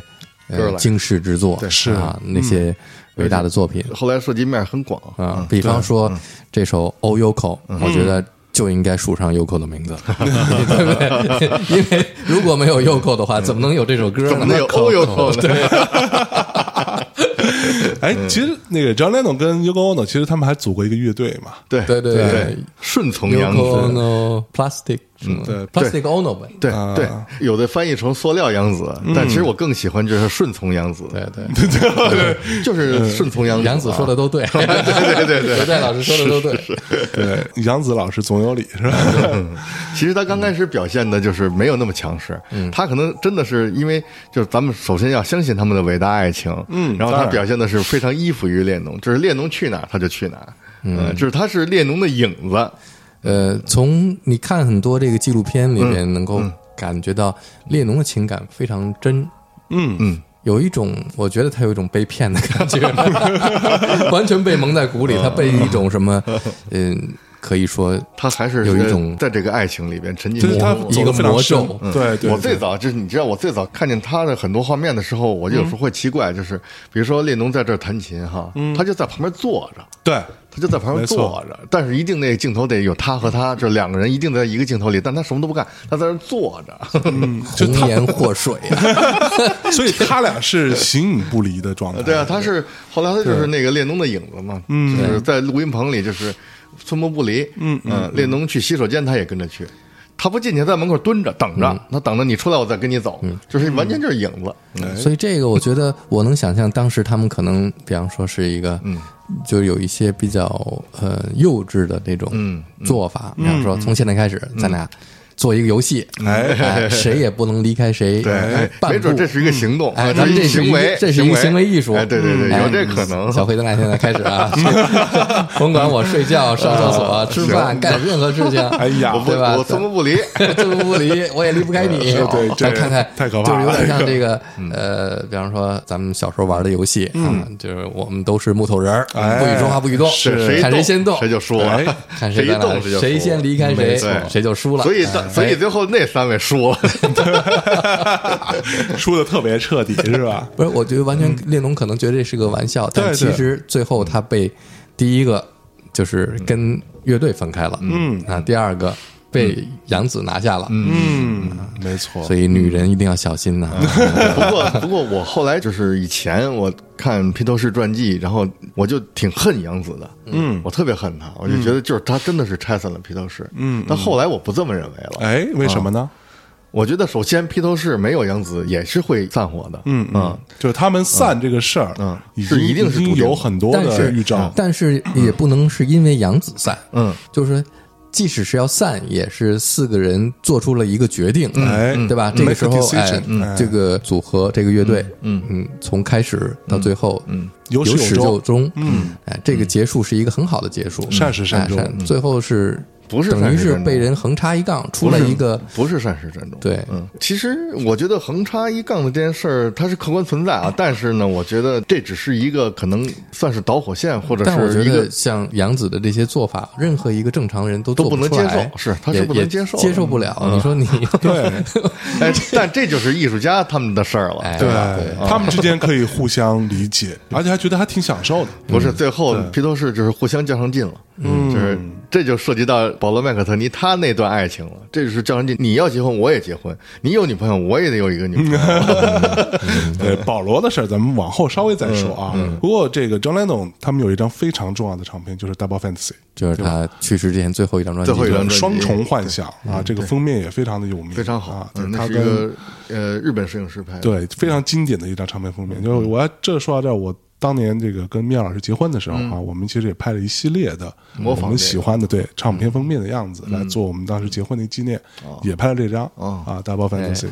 嗯歌儿
呃
来嗯
惊世之作，
是
啊，那些伟大的作品
后来涉及面很广
啊，比方说这首《O Yoko》，我
嗯
觉得。就应该署上 Yoko 的 名字，对不对？ 因为如果没有 Yoko 的话，怎么能有这首歌呢？
嗯怎么能有哦 O Yoko 呢？
哎，其实那个 John Lennon 跟 Yoko Ono 其实他们还组过一个乐队嘛，
对
对对
对，顺从杨
Yoko
子，
Ono Plastic 什么
对
Plastic Ono 呗，
对对，有的翻译成塑料杨子，但其实我更喜欢就是顺从杨子，
对对，
就是顺从杨子。啊
杨子 说的，都对，对对对 对，刘在老师说的都对，
对， 杨子老师总有理是吧？
其实他刚开始表现的就是没有那么强势，
嗯
他可能真的是因为就是咱们首先要相信他们的伟大爱情，嗯，然后
当
他
然
表现的是非常依附于列侬，就是列侬去哪儿他就去哪儿，嗯，就是他是列侬的影子，
呃，从你看很多这个纪录片里面，能够感觉到列侬的情感非常真，
嗯
嗯，
有一种我觉得他有一种被骗的感觉，完全被蒙在鼓里，他被一种什么，嗯，可以说
他还是
有一种
在这个爱情里边沉浸
就是
其
他
中
走得非常深
一个魔咒，
对对，
嗯我最
对
早就是你知道，我最早看见他的很多画面的时候，我就
嗯
有时候会奇怪，就是比如说列侬在这儿弹琴哈，
嗯
他就在旁边坐着，
对
他就在旁边坐着，但是一定那个镜头得有他和他，就两个人一定在一个镜头里，但他什么都不干，他在那儿坐着。
红颜祸水啊，
所以他俩是形影不离的状态。
对啊，他是后来他就是那个列侬的影子嘛，
嗯
就是在录音棚里就是寸步不离，嗯嗯，列侬去洗手间他也跟着去。他不进去，在门口蹲着等
嗯
着，他等着你出来，我再跟你走，就是完全就是影子。
所以这个我觉得我能想象，当时他们可能，比方说是一个，
嗯
就有一些比较呃幼稚的那
嗯
种做法，比方说从现在开始，咱俩做一个游戏，哎，谁也不能离开谁，
哎
半
没准
步
这是一个行动，啊
哎，
这
咱
是
们
一
这是一个这
个行为，
是一个行为艺术。
哎，对对对，
哎
有这可能。
小辉，咱俩现在开始 啊，去甭管我睡觉、上厕
啊
所、吃饭、干任何事情，
哎呀
我不，
对吧
我寸步不离。
寸步不离，我也离不开 你。
呃
哦
对这
咱看看，
太可怕
就是
了
有点像这个
嗯
呃，比方说咱们小时候玩的游戏啊，就是我们都是木头人儿，
哎
不许说话，不许动，
是谁
看谁
动
先动，
谁就输
哎
了，
看谁
谁一
在哪
动谁就输
谁先离开谁
没错，
谁就输了。
所以
哎
到，所以最后那三位输了。
输的特别彻 底，是吧？
不是，我觉得完
嗯
全列侬可能觉得这是个玩笑，但
对
其
对
实最后他被第一个就是跟乐队分开了，嗯啊，第二个
嗯
被杨紫拿下了，嗯，
嗯，没错。
所以女人一定要小心呐、
嗯不过，不过我后来就是以前我看披头士传记，然后我就挺恨杨子的，嗯，我特别恨他，我就觉得就是他真的是拆散了披头士，嗯，但后来我不这么认为了，
哎，为什么
啊
呢？
我觉得首先披头士没有杨子也是会散伙的，嗯嗯，
就是他们散这个事儿，
嗯
已
是
经
一定是
已
注
经
定
有很多
但
的
是
预兆。
但是也不能是因为杨紫散，
嗯，
就是说即使是要散，也是四个人做出了一个决定，
哎
对吧？
嗯
这个
make a
时候，哎
decision，，哎
这个组合，这个乐队，嗯嗯，从开始到最后，嗯，
有始
始
有终
有终，嗯，哎，这个结束是一个很好的结
嗯
束，
善始善终
哎最后是
不是
等于
善始
是
善终
被人横插一杠，出
不
了
是
一个
不是善始善终，
对
嗯，其实我觉得横插一杠的这件事儿，它是客观存在啊，但是呢，我觉得这只是一个可能算是导火线，或者
但我
是
觉
一个
得像杨紫的这些做法，任何一个正常人都
都
做
不能
出
接
来
受是他是
也
不能
也
接受的嗯
接受不了。你说 你
对
哎，但这就是艺术家他们的事儿了。
哎
对
对，
他们之间可以互相理解，
嗯
而且还觉得还挺享受的。
不是，最后披头士就是互相较上劲了，嗯，就是这就涉及到保罗麦克特尼他那段爱情了，这就是较上劲。你要结婚，我也结婚；你有女朋友，我也得有一个女朋 友。嗯
对呃保罗的事儿，咱们往后稍微再说啊。不过这个 John Lennon 他们有一张非常重要的唱片，就是《Double
嗯
Fantasy
就是他去世之前最后一张专辑，
最后一》，张专辑
双重幻想啊，这个封面也非常的有名，
嗯非常好
啊，。
嗯那
他
是一
跟
个呃日本摄影师拍的，嗯
对，非常经典的一张唱片封面。就是我要这说到这儿，我当年这个跟妙老师结婚的时候啊，我们其实也拍了一系列的
嗯模仿
我们
这个？
喜欢的对唱片封面的样子来做我们当时结婚的纪念，也拍了这张啊《大包 fantasy》。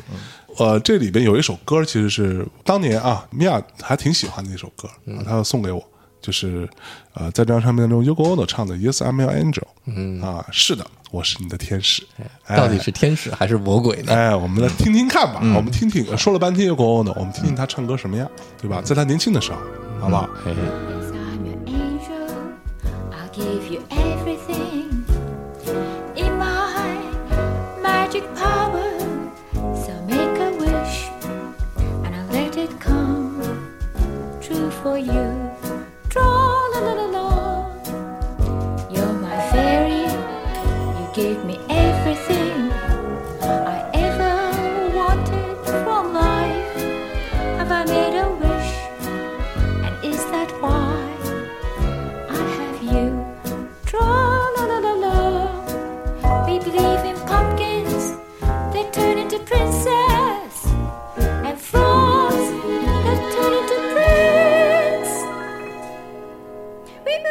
呃，这里边有一首歌，其实是当年啊，米娅还挺喜欢的一首歌，啊她送给我。就是，呃，在这张唱片中，Yoko Ono 唱的《Yes I'm Your Angel》，嗯啊，是的，我是你的天使，哎
到底是天使还是魔鬼呢？
哎，我们来听听看吧，
嗯
我们听听，说了半天又过呢，我们听听他唱歌什么样，对吧？在他年轻的时候，好不好？
嗯嘿嘿
Yes, I'm your angel. I'll give you everything in my magic power. So make a wish and I'll let it come.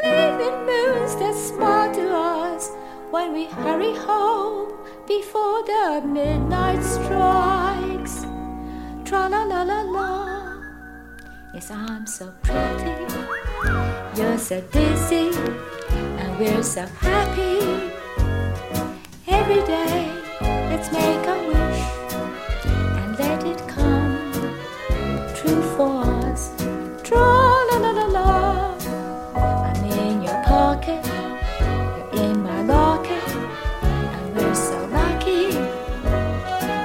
that startle us when we hurry home before the midnight strikes. Tra la la la la. Yes, I'm so pretty. You're so dizzy, and we're so happy. Every day, let's make a wish and let it come true for us. Tra la la la la. I'm in your pocket, you're in my locket, and we're so lucky.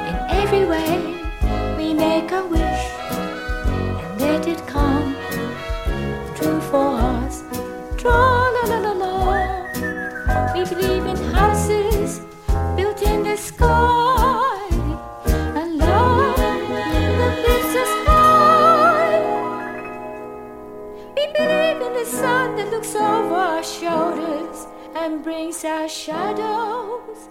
In every way, we make a wish and let it come true for us. Tra la la la la. We believe in houses built in the sky. and love that lifts us high. We believe in the sun that looks over our shoulders and brings our shadows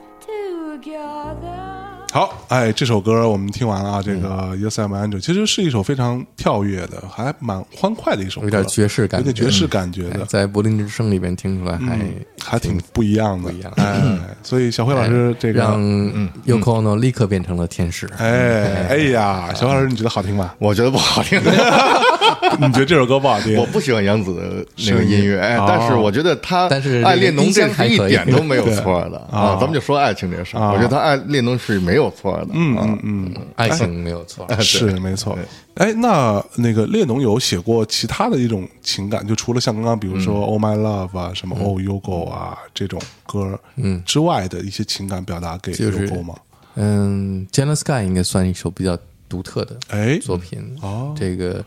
together.
好，哎，这首歌我们听完了啊，这个《Yes
嗯
I'm Angel》其实是一首非常跳跃的，还蛮欢快的一首歌，
有点爵士感
有
觉
点爵士感觉
哎
的，嗯
在柏林之声里边听出来还
还挺不一样的，
不一样嗯哎
哎，所以小辉老师这
让
个，嗯
Yoko Ono 立刻变成了天使。
哎，哎呀，小辉老师，你觉得好听吗
我觉得不 好听，
你觉得这首歌不好听？
我不喜欢杨子的那个音乐，哎
哦，
但是我觉得他
但是
爱列侬这
音箱还
是一
可以
点 都没有错的
啊
啊。咱们就说爱情这事儿，
啊
我觉得他爱列侬是没有错的，嗯嗯嗯，
爱情没有 错，
是没错。哎，那那个列侬有写过其他的一种情感，就除了像刚刚比如
嗯
说《Oh My Love》啊、什么《Oh Yogo 啊》这种歌，嗯，之外的一些情感表达给
就是
Yogo 吗？
嗯，《Jealous Guy》应该算一首比较独特的
哎
作品
哦
这个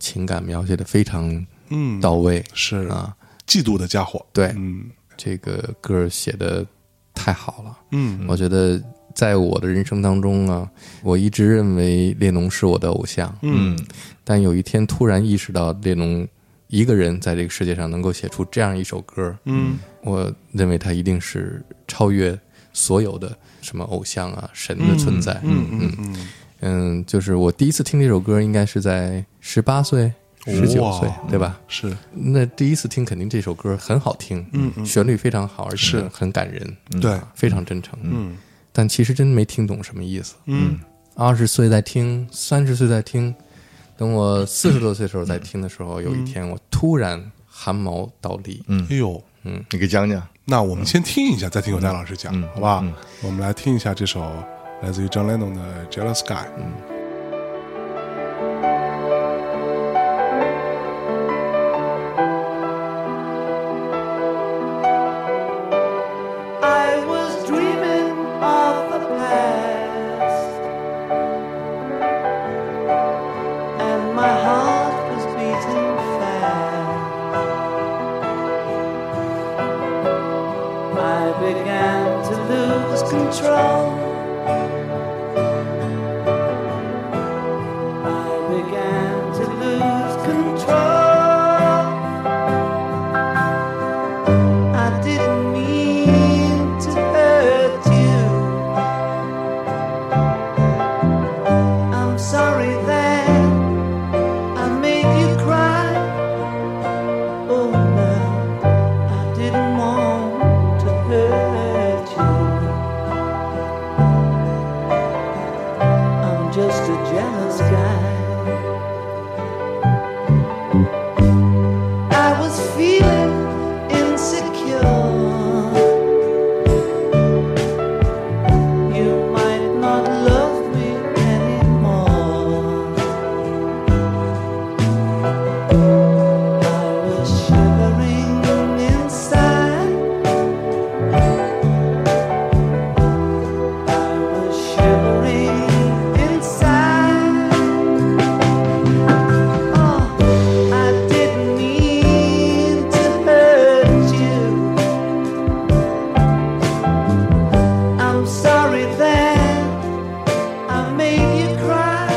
情感描写的非常
嗯
到位。
是
啊，
嫉妒的家伙，
对，
嗯
这个歌儿写的太好了，
嗯
我觉得在我的人生当中啊，我一直认为列侬是我的偶像，嗯，但有一天突然意识到列侬一个人在这个世界上能够写出这样一首歌，嗯，我认为他一定是超越所有的什么偶像啊、神的存在，嗯嗯嗯嗯就是我第一次听这首歌，应该是在十八岁、十九岁
哇，
对吧？
是
那第一次听，肯定这首歌很好听，嗯，旋律非常好，而且
是
很感人，
对
非常真诚，嗯。但其实真没听懂什么意思，
嗯，
二十岁在听，三十岁在听，等我四十多岁的时候在听的时
嗯
候，有一天我突然汗毛倒立，嗯，
哎呦，
你给讲讲，
那我们先听一下，再听有戴老师讲，
嗯
好吧？我们来听一下这首来自于 John Lennon 的《Jealous Guy》。
I was dreaming of the past, and my heart was beating fast. I began to lose control. I began to lose control. I didn't mean to hurt you. I'm sorry that I made you cry. Oh, no, I didn't want to hurt you. I'm just a jealous guy. I was feeling insecure. You might not love me anymore. I was shivering inside. I was shivering inside. Oh, I didn't mean to hurt you. I'm sorry that I made you cry.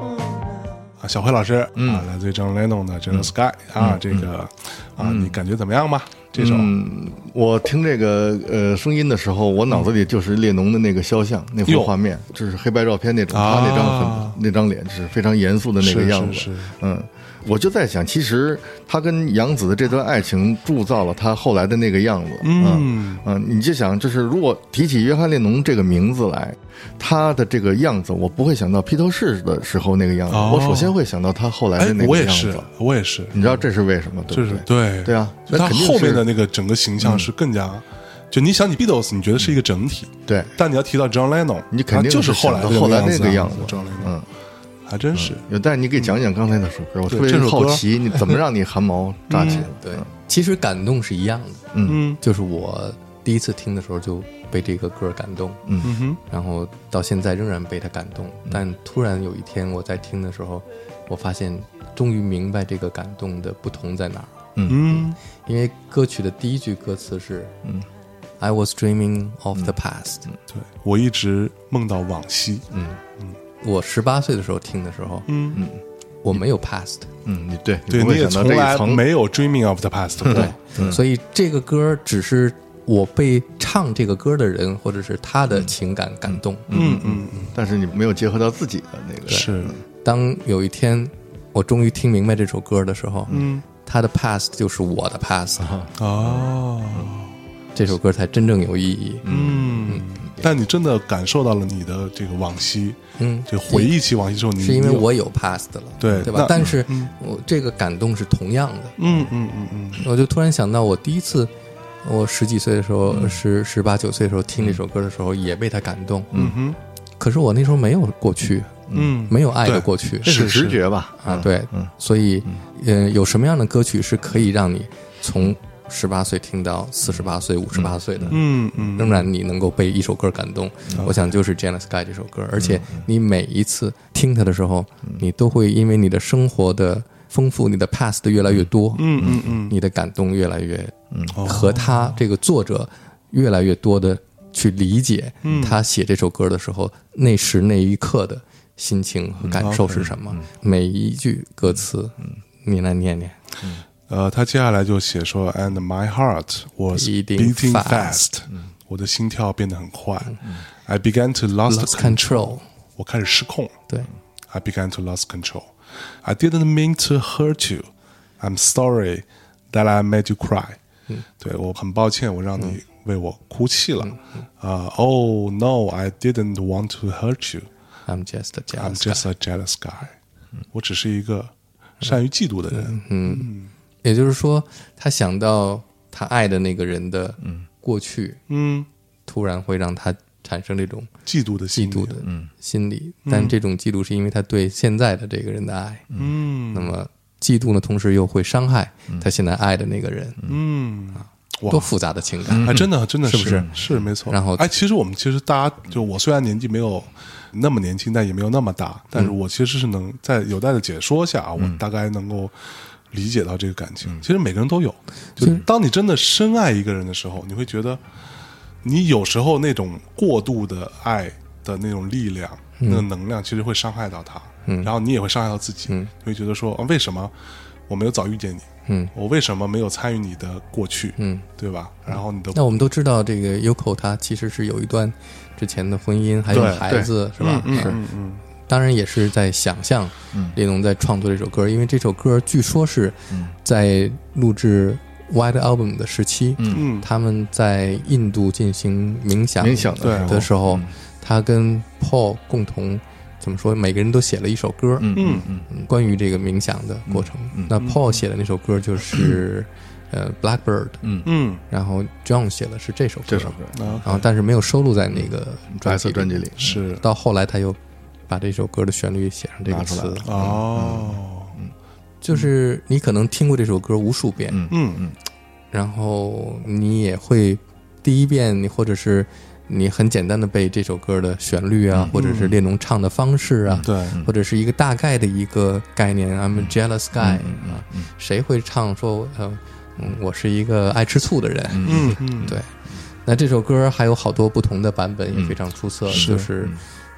Oh, no.
啊，小辉老师，嗯，来
嗯嗯
自于 John Lennon 的《Jealous Guy》啊，这个啊，你感觉怎么样吧？这首，
我听这个呃声音的时候，我脑子里就是列侬的那个肖像那幅
哟
画面，就是黑白照片那种，
啊
他那张很那张脸是非常严肃的那个
是
样子。
是是
嗯，我就在想，其实他跟杨子的这段爱情铸造了他后来的那个样子。嗯嗯，你就想，就是如果提起约翰列侬这个名字来，他的这个样子，我不会想到披头士的时候那个样子，
哦
我首先会想到他后来
哎
的那，
我
个
也
样
是
子。，
我也是，
你知道这是为什么？对
就
不
是
对？
对
对啊
就
那
他
肯定
后面
是嗯
的那个整个形象是更加，就你想起 Beatles，你觉得是一个整体，
对
但你要提到 John Lennon，
嗯你肯
他
定
就是是后来
想到后来那
那
个样
子
子
啊，John Lennon，
嗯，
还真是，
有，但你给讲讲刚才那首歌，我
对
特别
这首歌
好奇，你怎么让你汗 毛炸起来？
对，其实感动是一样的，
嗯
就是我第一次听的时候就被这个歌感动，
嗯哼，
然后到现在仍然被它感动。但突然有一天我在听的时候，我发现终于明白这个感动的不同在哪儿。
嗯
因为歌曲的第一句歌词是“嗯，I was dreaming of
嗯
the past”、
对我一直梦到往昔，
嗯
我十八岁的时候听的时候，
嗯
嗯，我没有 past，
嗯，你对，
对，
不
你
会
也
想到
从
这一
来
层，嗯
没有 dreaming of the past，对不对，
所以这个歌只是我被唱这个歌的人或者是他的情感感动。
嗯嗯，
但是你没有结合到自己的那个。
是，
当有一天我终于听明白这首歌的时候，嗯，他的 past 就是我的 past，、
啊哦，
这首歌才真正有意义。
嗯，但你真的感受到了你的这个往昔，
嗯，
就回忆起往昔之后，你
是因为
你有
我有 past 了，
对
对吧
那？
但是我这个感动是同样的。
嗯嗯嗯嗯，
我就突然想到，我第一次，我十几岁的时
嗯
候，十十八九岁的时候听这首歌的时候，也被他感动。嗯
哼，
可是我那时候没有过去，
嗯
没有爱的
对
过去
那是
是嗯
直觉吧？
啊，对，所以，呃，有什么样的歌曲是可以让你从十八岁听到四十八岁、五十八岁的？
嗯嗯，
仍然你能够被一首歌感动，我想就是《Janice Sky》这首歌，而且
嗯
你每一次听它的时候，你都会因为你的生活的丰富，你的 past 越来越多，
嗯嗯嗯，
你的感动越来越，和他这个作者越来越多的去理解
嗯
他写这首歌的时候，那时那一刻的心情和感受是什么，
嗯
每一句歌词，你来念念。
呃，他接下来就写说，And my heart was
Beating
beating
fast
fast，我的心跳变得很快，I began to lost
Lost control，
我开始失控了
对，
，I began to lost control。I didn't mean to hurt you. I'm sorry that I made you cry. 对我很抱歉，我让你为我哭泣
嗯
了。啊、o h no, I didn't want to hurt you.
I'm just a
I'm
jealous guy
just a jealous guy.
嗯
我只是一个善于嫉妒的人。
也就是说，他想到他爱的那个人的过去，
嗯，
突然会让他产生这种
嫉妒的
嫉
心理嗯
妒的心理。但这种嫉妒是因为他对现在的这个人的爱，
嗯
那么嫉妒呢，同时又会伤害他现在爱的那个人，啊
嗯，哇嗯
多复杂的情感！
哎还真的真的
嗯是不
是
是
是没错。
然后
哎，其实我们其实大家就我虽然年纪没有那么年轻，但也没有那么大，但是
嗯
我其实是能在有待的解说下，啊我大概能够理解到这个感
嗯
情。其实每个人都有，就当你真的深爱一个人的时候，你会觉得你有时候那种过度的爱的那种力量、那个
嗯
能量，其实会伤害到他，然后你也会伤害到自己，你会觉得说啊，为什么我没有早遇见你？
嗯，
我为什么没有参与你的过去？
嗯，
对吧？然后你的
那我们都知道，这个 Yoko 她其实是有一段之前的婚姻，还有
对
孩子，是吧？
嗯
是
嗯嗯
当然也是在想象列侬在创作这首歌，因为这首歌据说是
嗯
在录制 White Album 的时期，
嗯
他们在印度进行冥想
冥想的
对
时候
的时候，他跟 Paul 共同怎么说，每个人都写了一首歌，
嗯
嗯
嗯
嗯关于这个冥想的过程。那 Paul 写的那首歌就是呃 Blackbird，
嗯
然后 John 写的是这首歌，
这首歌
嗯，
然后但是没有收录在那个
白
专
色
辑
专辑里，
是
到后来他又把这首歌的旋律写上这个
拿出来
词，
了
哦，
就是你可能听过这首歌无数遍，
嗯
嗯嗯
然后你也会第一遍你或者是你很简单的被这首歌的旋律
嗯
啊，或者是列侬唱的方式啊，
对，
或者是一个大概的一个概念，I'm
嗯
a jealous guy 啊，谁会唱说呃，嗯我是一个爱吃醋的人，
嗯嗯
对，那这首歌还有好多不同的版本，也非常出色，
是嗯
就是，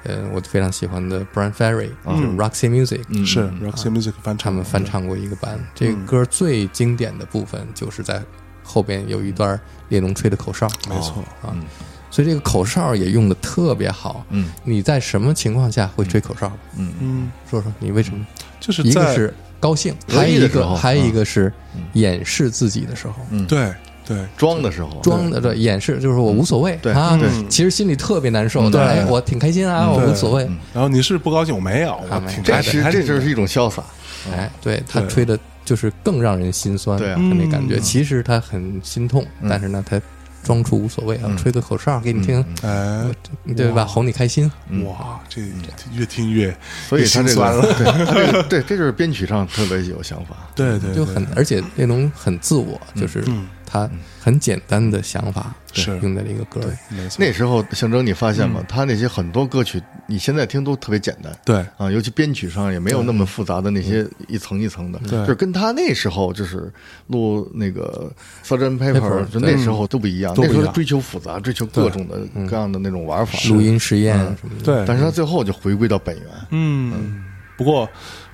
呃，我非常喜欢的 Brian Ferry，、就是 Roxy Music，、
嗯
是 Roxy Music 翻
他
唱
们
的
翻唱过一个版。这个歌最经典的部分就是在后边有一段列侬吹的口哨，
嗯
没错
啊，所以这个口哨也用的特别好。
嗯，
你在什么情况下会吹口哨？
嗯，
说说你为什么？
就是
一个
在
是高兴，
嗯得
还
意
有
的
一
时候嗯
个还有一个是掩饰自己的时候，
对对，
装的时候，
装的对掩饰就是我无所谓
对
啊
对，嗯
其实心里特别难受，但是哎，我挺开心啊，我无所谓。
然后你是不高兴，我没有，我挺
这
开
是
心，还
这就是一种潇洒，
哎，对他
对
吹的就是更让人心酸，
对啊
他那感觉。
嗯
其实他很心痛，但是呢，他装出无所谓啊，吹个口哨给你听，
哎，
对吧？哄你开心。
哇，这越听越
所以他
越心
这
酸
个
了，
对他这个对，这就是编曲上特别有想法。
对对，
就
对
很，而且列侬很自我，就是他很简单的想法
是
用在这个歌里。
没错，嗯
那时候象征你发现吗？他那些很多歌曲，你现在听都特别简单，
对
啊，尤其编曲上也没有那么复杂的那些一层一层的，
嗯对
就是跟他那时候就是录那个 Sgt. Pepper，
Pepper，
就那时候都不一样，
嗯都
那
不一
时
样嗯
候追求复杂，追求各种的各样的那种玩法，
录音实验什么的，
对，
但是他最后就回归到本源，
嗯，不过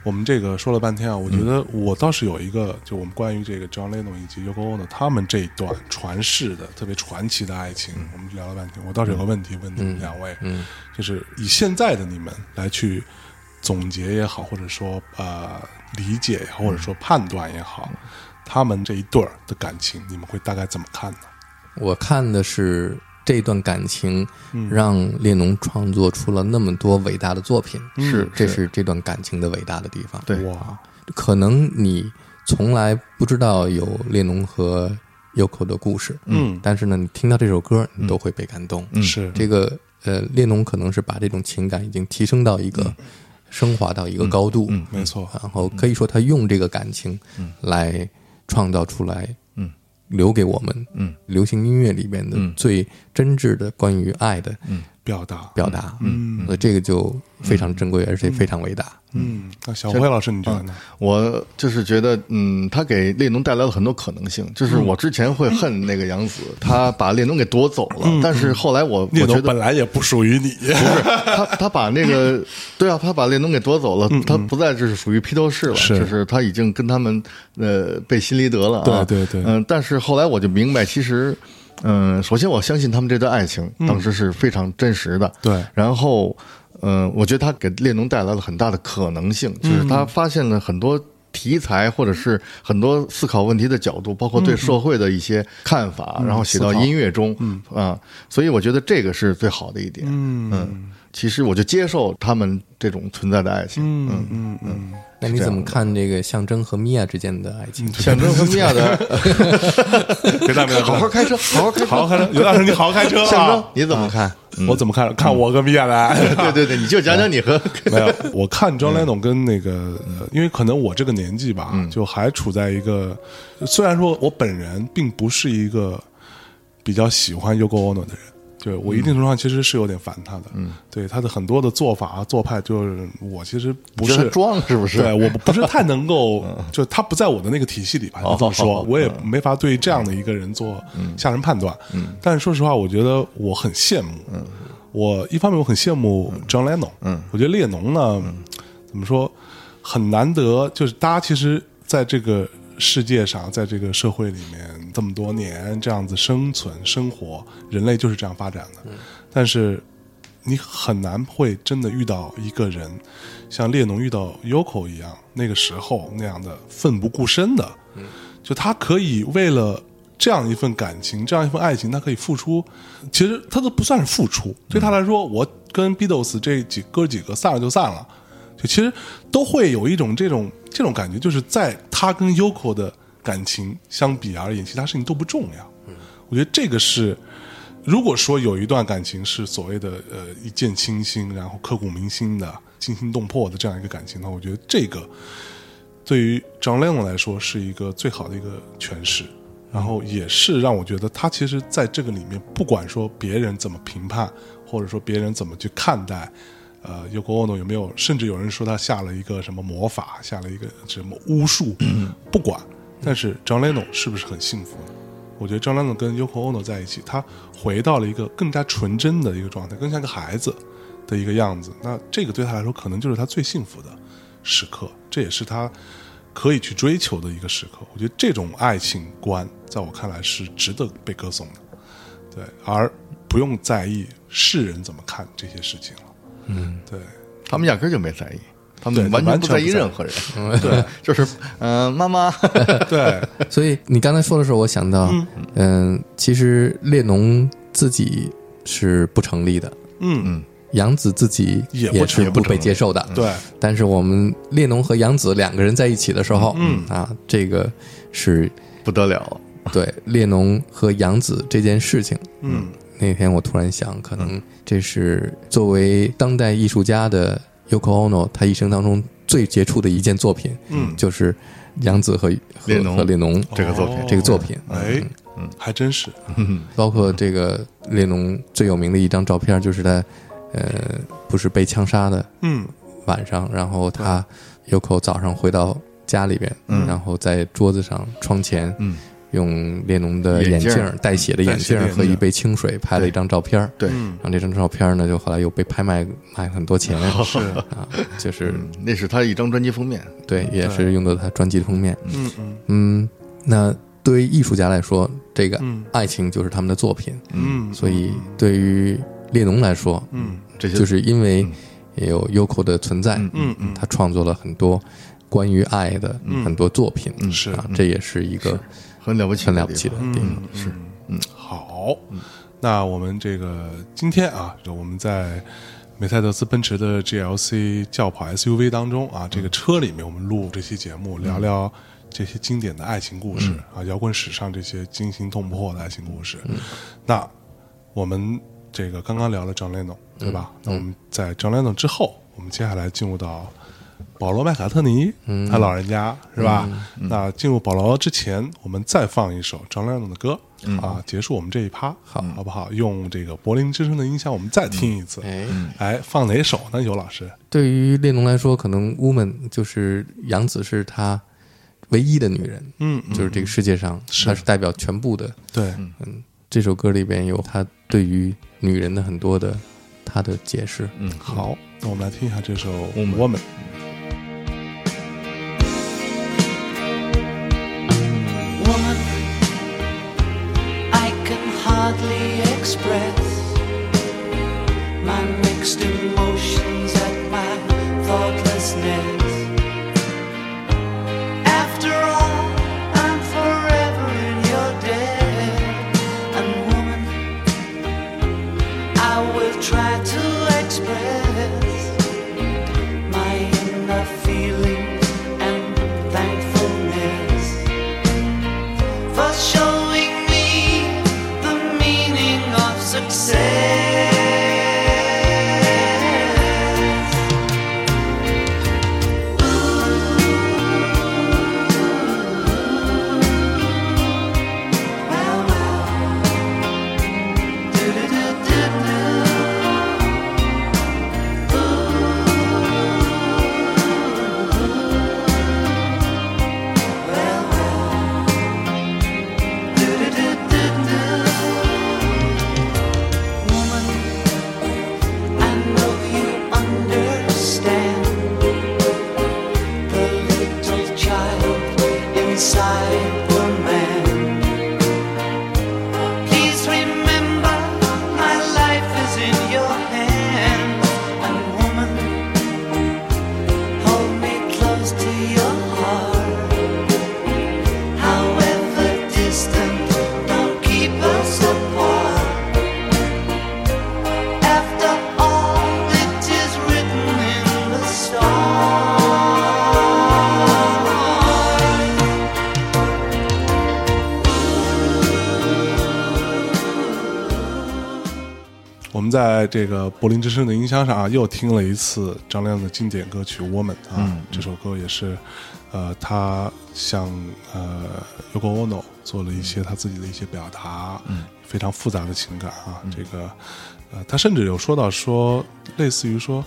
我们这个说了半天啊，我觉得我倒是有一个，就我们关于这个 John Lennon 以及 Yoko Ono 他们这一段传世的特别传奇的爱情，我们聊了半天，我倒是有个问题问你们两位，
嗯，
就是以现在的你们来去总结也好，或者说呃理解也好，或者说判断也好，他们这一对儿的感情，你们会大概怎么看呢？
我看的是这段感情让列侬创作出了那么多伟大的作品，
是
这是这段感情的伟大的地方。
对
哇，
可能你从来不知道有列侬和 Yoko 的故事，
嗯
但是呢，你听到这首歌，你都会被感动。嗯
是
这个呃，列侬可能是把这种情感已经提升到一个、升华到一个高度，嗯
没错，
然后可以说他用这个感情来创造出来，
嗯，
留给我们，嗯，流行音乐里面的最真挚的关于爱的
表达，
表达，嗯，所以这个就非常珍贵，而且非常伟大。
嗯，那小辉老师你觉得呢？
我就是觉得，嗯，他给列侬带来了很多可能性。就是
嗯
我之前会恨那个杨子，他把列侬给夺走
嗯
了，但是后来嗯我
那
我觉
种
得
本来也不属于你，嗯
不是他，他把那 个对啊，他把列侬给夺走了，他不再就是属于披头士了，
嗯是
就是他已经跟他们呃被辛离德了、啊，
对对对
嗯、但是后来我就明白，其实。嗯，首先我相信他们这段爱情当时是非常真实的，
对
然后，嗯、我觉得他给列侬带来了很大的可能性，就是他发现了很多题材，或者是很多思考问题的角度，包括对社会的一些看法，然后写到音乐中，嗯啊，所以我觉得这个是最好的一点。嗯其实我就接受他们这种存在的爱情。嗯嗯，
那你怎么看这个象征和米娅之间的爱情？
嗯
象征和米娅的，
别大别大，
好好开车，好好开车。
好好开车，刘大师你好好开 车
象征
啊！
你怎么看？
我怎么看？看我跟米娅来？
嗯对对对，你就讲讲你和
没有，我看张来董跟那个，
嗯
呃因为可能我这个年纪吧，就还处在一个，虽然说我本人并不是一个比较喜欢 Yoko Ono 的人。对我一定程度上其实是有点烦他的，嗯，对他的很多的做法啊、做派，就是我其实不
你觉得
是
他装是不是？
对，我不不是太能 够，就他不在我的那个体系里吧，
哦
这么说，
哦
我也没法对这样的一个人做下人判断。嗯，但是说实话，我觉得我很羡慕。嗯，我一方面我很羡慕 John Lennon。嗯，我觉得列侬呢，怎么说，很难得，就是大家其实在这个世界上，在这个社会里面这么多年这样子生存生活，人类就是这样发展的。但是你很难会真的遇到一个人，像列侬遇到 Yoko 一样，那个时候那样的奋不顾身的，就他可以为了这样一份感情，这样一份爱情，他可以付出。其实他都不算是付出，对他来说，我跟 Beatles 这几哥几个散了就散了，就其实都会有一种这种这种感觉，就是在他跟 Yoko 的感情相比而言，其他事情都不重要。我觉得这个是。如果说有一段感情是所谓的呃一见倾心，然后刻骨铭心的、惊心动魄的这样一个感情的话，我觉得这个对于 John Lennon 来说是一个最好的一个诠释，然后也是让我觉得他其实在这个里面，不管说别人怎么评判，或者说别人怎么去看待，呃，Yoko Ono 有没有，甚至有人说他下了一个什么魔法，下了一个什么巫术， 不管，但是 John Lennon 是不是很幸福呢？我觉得 John Lennon 跟 Yoko Ono 在一起，他回到了一个更加纯真的一个状态，更像个孩子的一个样子。那这个对他来说，可能就是他最幸福的时刻，这也是他可以去追求的一个时刻。我觉得这种爱情观，在我看来是值得被歌颂的，对，而不用在意世人怎么看这些事情了。嗯，对，
他们压根儿就没在意，他
对
们完
完
全不
全
在
不
意
在意
任何人。对，就是嗯、呃妈妈，
对，
所以你刚才说的时候，我想到，嗯、其实列侬自己是不成立的，
嗯，
杨子自己
也不
也
成
是不被接受的，
对，
但是我们列侬和杨子两个人在一起的时候，
嗯
啊，这个是
不得了，
对 列侬和杨子这件事情。
嗯，
那天我突然想，可能这是作为当代艺术家的 Yoko Ono 他一生当中最杰出的一件作品，
嗯
就是杨子和和
列侬
和列侬
这个作品
哦
这个作品，嗯
哎，还真是，
包括这个列侬最有名的一张照片，就是他呃不是被枪杀的
嗯
晚上，然后他 Yoko 早上回到家里边，然后在桌子上窗前，
嗯
用列侬的眼
眼
镜
镜
儿带血的眼
带
镜
血的
儿
眼镜
和一杯清水拍了一张照片儿。
对，
嗯
然后这张照片呢，就后来又被拍卖，卖很多钱，
是，
啊，就是
那是他一张专辑封面，
对，也是用到他专辑封面。
嗯嗯
嗯，那对于艺术家来说，这个
嗯
爱情就是他们的作品，
嗯，
所以对于列侬来说，
嗯
这些
就是因为也有 Yoko 的存在，
嗯嗯
他创作了很多关于爱的很多作品，
是
啊，这也是一个
很了不起，
很了不起的。地方。
嗯，是，嗯，好，那我们这个今天啊，就我们在梅赛德斯奔驰的 GLC 轿跑 SUV 当中啊，这个车里面我们录这期节目，聊聊这些经典的爱情故事、啊，摇滚史上这些惊心动魄的爱情故事。那我们这个刚刚聊了 John Lennon，对吧？那我们在 John Lennon 之后，我们接下来进入到保罗·麦卡特尼，他老人家是吧？那进入保罗之前，我们再放一首 John Lennon 的歌啊，结束我们这一趴，好，好不好？用这个柏林之声的音箱，我们再听一次。
哎，
哎，放哪首呢？尤老师，
对于列侬来说，可能 woman 就是杨子是他唯一的女人，
嗯，
就是这个世界上，她是代表全部的。
对，
这首歌里边有他对于女人的很多的他的解释。嗯，
好，那我们来听一下这首《
Woman
Woman》。
woman I can hardly express my mixed emotions at my thoughtlessness. After all, I'm forever in your debt. And woman, I will try to express my inner feeling and thankfulness for showing me the meaning of success. Ooh, well, well. Do-do-do-do-do. Ooh, well, well. Woman, I know you understand the little child inside the man. Please remember my life is in your hands, and woman, hold me close to your heart. However distant, don't keep us apart. After all, it is written in the stars.
我们在这个柏林之声的音箱上啊，又听了一次张亮的经典歌曲《Woman》啊，这首歌也是，呃，他向呃 Yoko Ono 做了一些他自己的一些表达，非常复杂的情感啊，这个，呃，他甚至有说到说，类似于说，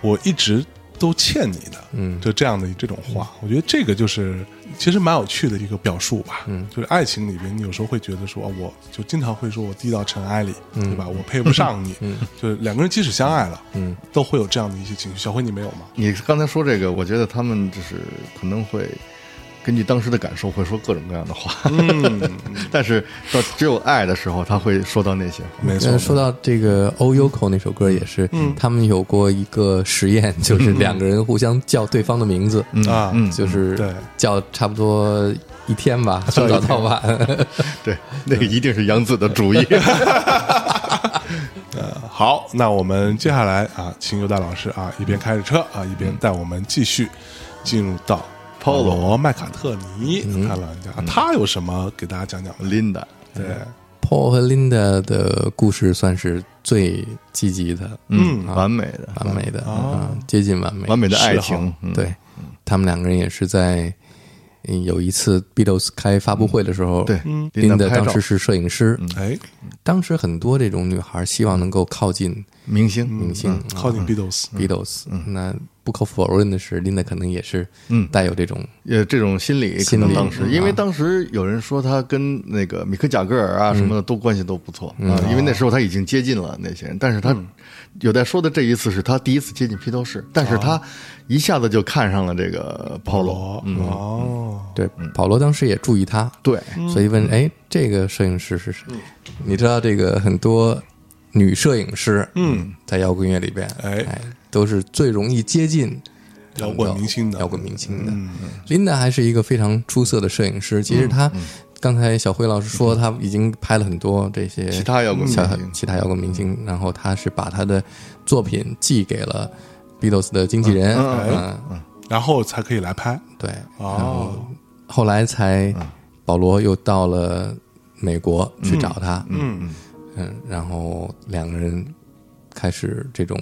我一直都欠你的，嗯，就这样的这种话，我觉得这个就是其实蛮有趣的一个表述吧，嗯，就是爱情里边，你有时候会觉得说，哦我就经常会说我低到尘埃里，对吧？我配不上 你，就是两个人即使相爱了，嗯，都会有这样的一些情绪。小辉，你没 有吗？
你刚才说这个，我觉得他们就是可能会根据当时的感受会说各种各样的话，
嗯
但是到只有爱的时候，他会说到那些话。
没
呃
错，
说到这个 O Yoko 那首歌也是，
嗯
他们有过一个实验，就是两个人互相叫对方的名字，
嗯
啊，
就是
对
叫差不多一天 吧，从早到晚。
对，那个一定是杨子的主意。
好，那我们接下来啊，请尤大老师啊一边开着车啊，一边带我们继续进入到保罗麦卡特尼，看了一下、啊他有什么给大家讲讲的？
Linda，
对，
Paul 和 Linda 的故事算是最积极的、
嗯，完美的，
完美的，嗯，接近完美，
哦完美的爱
是
情
哈，
嗯，
啊对，他们两个人也是在嗯有一次 Beatles 开发布会的时候，
对
琳
琳达
达
拍
嗯
照嗯
当时是摄影师，
哎，
当时很多这种女孩希望能够靠近
明星，
嗯
明星
靠近 Beatles，
嗯
Beatles，那不可否认的是，琳达可能也是带有这种
呃，这种心理可
心
能
理
当时，
嗯
因为
啊
当时有人说他跟那个米克贾格尔
嗯
啊什么的都关系都不错啊，
哦
因为那时候他已经接近了那些人，但是他
嗯
有在说的这一次是他第一次接近披头士，但是
哦
他一下子就看上了这个保罗，
哦哦，
对。保罗当时也注意她，
对，嗯
所以问：“哎，这个摄影师是谁？”你知道这个很多女摄影师，嗯，在摇滚乐里边，
哎
哎，都是最容易接近
嗯摇滚明星的
嗯摇滚明星的。琳达还是一个非常出色的摄影师，其实她刚才小辉老师说，她已经拍了很多这些
其他摇滚明
小
星
其他摇滚明星，然后她是把她的作品寄给了 Beatles 的经纪人，嗯，
然后才可以来拍
对，
哦，
后来才保罗又到了美国去找他，嗯嗯然后两个人开始这种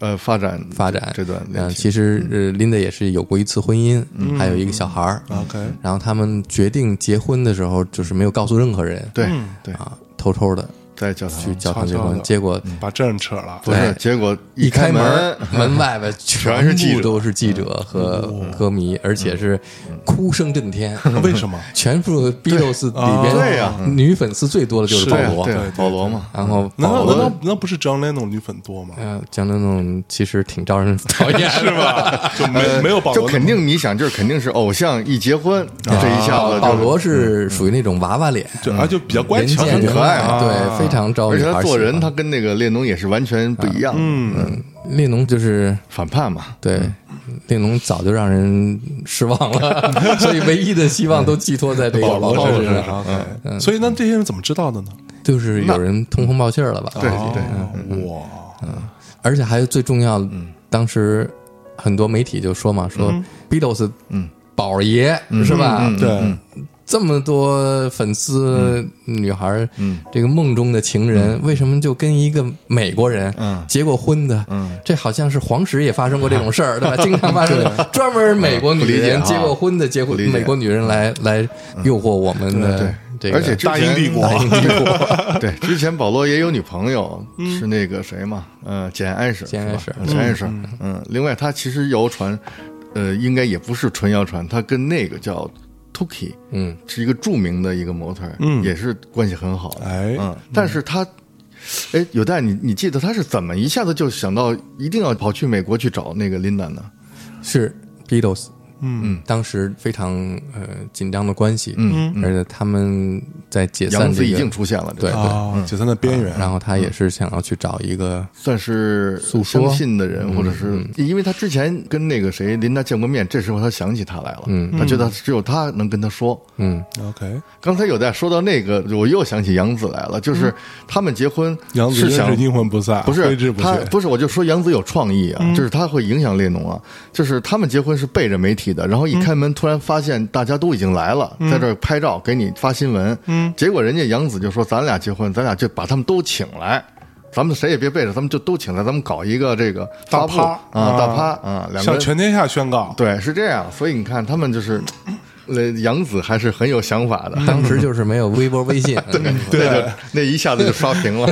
呃，发展
发展。
这段
嗯、
恋情，
其实呃，琳达也是有过一次婚姻，还有一个小孩儿。
，OK，
然后他们决定结婚的时候，就是没有告诉任何人，
对对，
啊，偷偷的
在教堂
去教堂结
悄悄
婚
地，嗯
结果
把证扯了，
不是，
对
结果
一
开
开门，门外边全
是记者
部都是记者和歌迷，而且是哭声震天。
为什么？
全部 Beatles 里边，
对呀
女粉丝最多的就是保
对啊
罗
对。啊
对对
保罗嘛，
然后
难道
保
难道
罗，
难道不是 John Lennon 女粉多吗？
呃，江振东其实挺招人讨厌，是吧？
就没没有保
呃就
罗那么，
肯定你想就是肯定是偶像一结婚，这一下子
啊保
就是
罗是属于那种娃娃脸，
就啊就比较乖
人
巧，
见
很
人
可爱
爱，对，非常招
而
哦女
且他
孩喜
做人，
欢。
他跟那个列侬也是完全不一样，嗯，
列侬就是
反叛嘛，
对，列侬早就让人失望了，所以唯一的希望都寄托在这个
保
保
罗
罗
哦是
身
是
上，
，OK，所以那这些人怎么知道的呢？
就是有人通风报信儿了吧？
对对，
哦
对，哇，
而且还有最重要的，当时很多媒体就说嘛，说 Beatles，嗯，宝儿爷是
嗯
吧？
对，
这么多粉丝
嗯
女孩儿，这个梦中的情人，为什么就跟一个美国人
嗯
结过婚的？这好像是黄石也发生过这种事儿，对 吧？经常发生，专门美国女
不理解
人
啊
结过婚的，结婚
不理解嗯
美国女人来来诱惑我们的这个，
哎而且之前
大英帝国
大英帝啊国对，之前保罗也有女朋友，是那个谁嘛，呃，简安是吧，
简安是
嗯简安是，嗯，另外他其实谣传，呃，应该也不是纯谣传，他跟那个叫 Tuki，
嗯，
是一个著名的一个模特，嗯，也是关系很好的，
哎
嗯，但是他。哎，有蛋，你你记得他是怎么一下子就想到一定要跑去美国去找那个琳达呢？
是 Beatles，嗯，当时非常呃紧张的关系，嗯，而且他们在解
杨
散这
子
个
已经出现了，这
对
个
对，嗯
啊，解散的边缘，
然后他也是想要去找一 个
算是
诉说嗯
相信的人，或者是因为他之前跟那个谁琳达见过面，这时候他想起他来了，嗯，他觉得只有他能跟他说。
嗯
OK，
刚才有在说到那个，我又想起杨子来了，就是他们结婚
杨紫
是
真是
想
阴魂不散，
不
啊挥之
是
不
他
去。
不是，我就说杨子有创意
嗯
啊，就是他会影响列侬啊。就是他们结婚是背着媒体的，然后
嗯
一开门突然发现大家都已经来了，在这儿拍照给你发新闻。嗯，结果人家杨子就说：“咱俩结婚，咱俩就把他们都请来。”咱们谁也别背着，咱们就都请来，咱们搞一个这个
大
发布
趴
啊，大趴啊，两个
向
人
全天下宣告，
对是这样，所以你看他们就是，呃，杨子还是很有想法的，
嗯
当时就是没有微博、微 信，嗯
对，那就那一下子就刷屏了，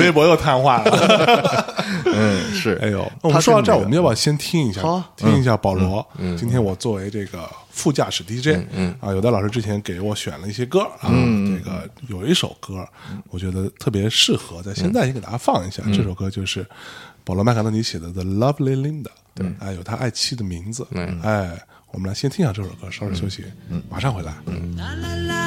微博又瘫痪了。
嗯，是
哎呦，
他
我们说到
跟
这儿，
那
我
个
们要不要先听一下？
好啊嗯
听一下保罗。今天我作为这个副驾驶 DJ，嗯啊，有的老师之前给我选了一些歌啊，
嗯
这个有一首歌，我觉得特别适合在现在先给大家放一下。
嗯
这首歌就是保罗麦卡特尼写的《The Lovely Linda》，对，哎，有他爱妻的名字，哎，我们来先听一下这首歌，稍事休息，
嗯
马上回来。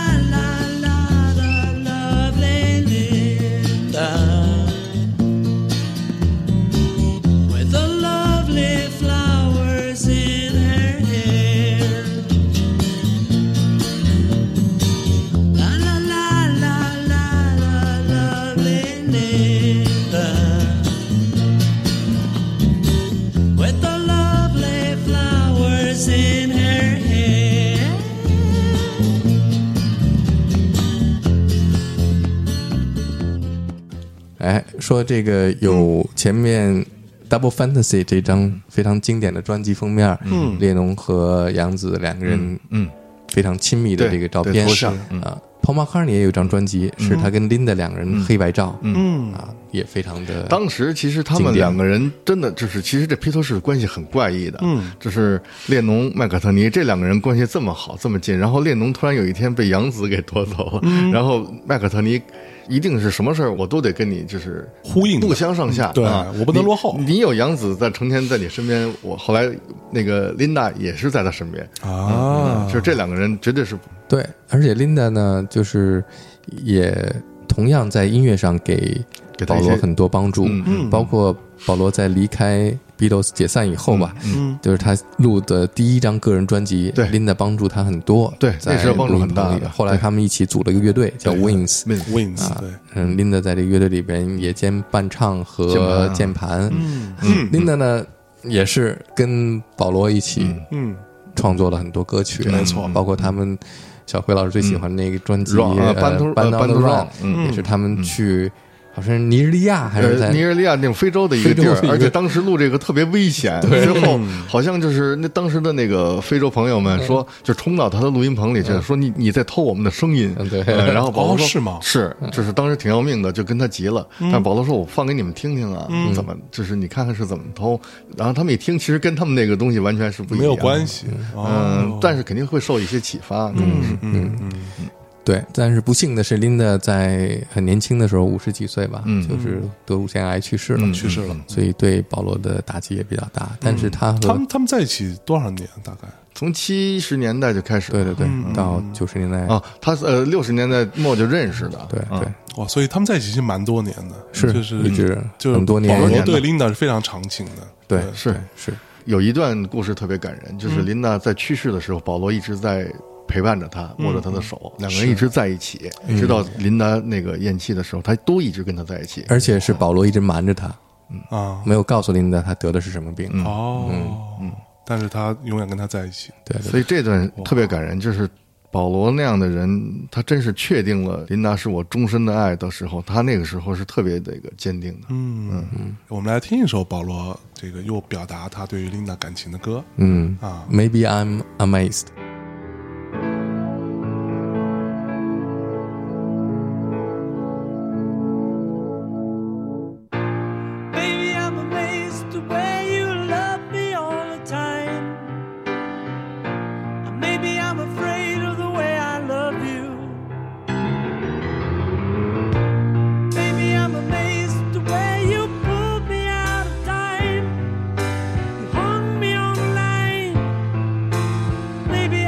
With the lovely flowers in her hair. La la la la la la lovely Linda. With the lovely flowers in her hair.
哎，说这个有前面 Double Fantasy 这张非常经典的专辑封面，嗯，列侬和杨紫两个人，嗯，非常亲密的
对
这个照
对
片
头像
啊。Paul McCartney 也有一张专辑，是他跟 Linda 两个人黑白照，嗯啊，也非常的
当时其实他
经
们
典
两个人真的就是，其实这披头士的关系很怪异的。嗯，就是列侬、麦卡特尼这两个人关系这么好，这么近，然后列侬突然有一天被杨紫给夺走了，
嗯
然后麦卡特尼一定是什么事儿我都得跟你就是
呼应的
不相上下。
对
啊
我不能落后
你你有杨紫在成天在你身边，我后来那个琳达也是在他身边嗯
啊，
就是这两个人绝对是
对，而且 Linda 呢，就是也同样在音乐上给
给她
保
一
罗
些嗯
很多帮助，包括保罗在离开 Beatles 解散以后吧，就是他录的第一张个人专辑，
嗯对
Linda 帮助他很多，
对
在
那时候帮助
录音
很大
棚里
的
后来他们一起组了一个乐队叫 Wings，
嗯啊
Wins 对，
嗯，Linda 在这个乐队里边也兼伴唱
键盘
和
啊
键盘，嗯，Linda 呢也是跟保罗一起，
嗯，
创作了很多歌曲，没错，包括他们小辉老师最喜欢那个专辑
Run，
呃
呃班图
Band
呃
on the
Band on the
Run，
Run，嗯
也是他们去好像是尼日利亚还是
呃，
在
尼日利亚那种非洲的一个地
非洲是一个
儿，
嗯
而且当时录这个特别危险，最后好像就是那当时的那个非洲朋友们说，就冲到他的录音棚里去，说你你在偷我们的声音
嗯嗯，对嗯
呃然后保罗
哦
说
是吗嗯
是，就是当时挺要命的，就跟他急了，但保罗说我放给你们听听啊，怎么就是你看看是怎么偷，然后他们一听，其实跟他们那个东西完全是不一
没
样，
有关，系，哦
嗯，但是肯定会受一些启发，嗯是。
对，但是不幸的是，Linda 在很年轻的时候，五十几岁吧，
嗯
就是得乳腺癌去世了，
去世了。
所以对保罗的打击也比较大。但是他
他
和
们他们在一起多少年？大概
从七十年代就开始
对对对，到九十年代
啊，他是呃六十年代末就认识的，
对
嗯
对
哇，所以他们在一起其实蛮多年的，
是
就是
一直
就是
很多年
保罗
年
对
的
琳达是非常长情的，
对
是
对是
有一段故事特别感人，
嗯
就是琳达在去世的时候，保罗一直在陪伴着她，握着她的手，
嗯
两个人一直在一起，直到琳达那个咽气的时候，他都一直跟她在一起。
而且是保罗一直瞒着他，
啊，
没有告诉 Linda 他得的是什么病。
哦，但是他永远跟他在一起，
嗯对对
所以这段特别感人，就是保罗那样的人，他真是确定了琳达是我终身的爱的时候，他那个时候是特别那个坚定的。
嗯嗯，我们来听一首保罗这个又表达他对于琳达感情的歌
嗯
啊，
，Maybe I'm amazed。
Baby, I'm amazed the way you love me all the time. And Maybe I'm afraid of the way I love you. Baby, I'm amazed the way you pulled me out of time. You hung me on the line. Maybe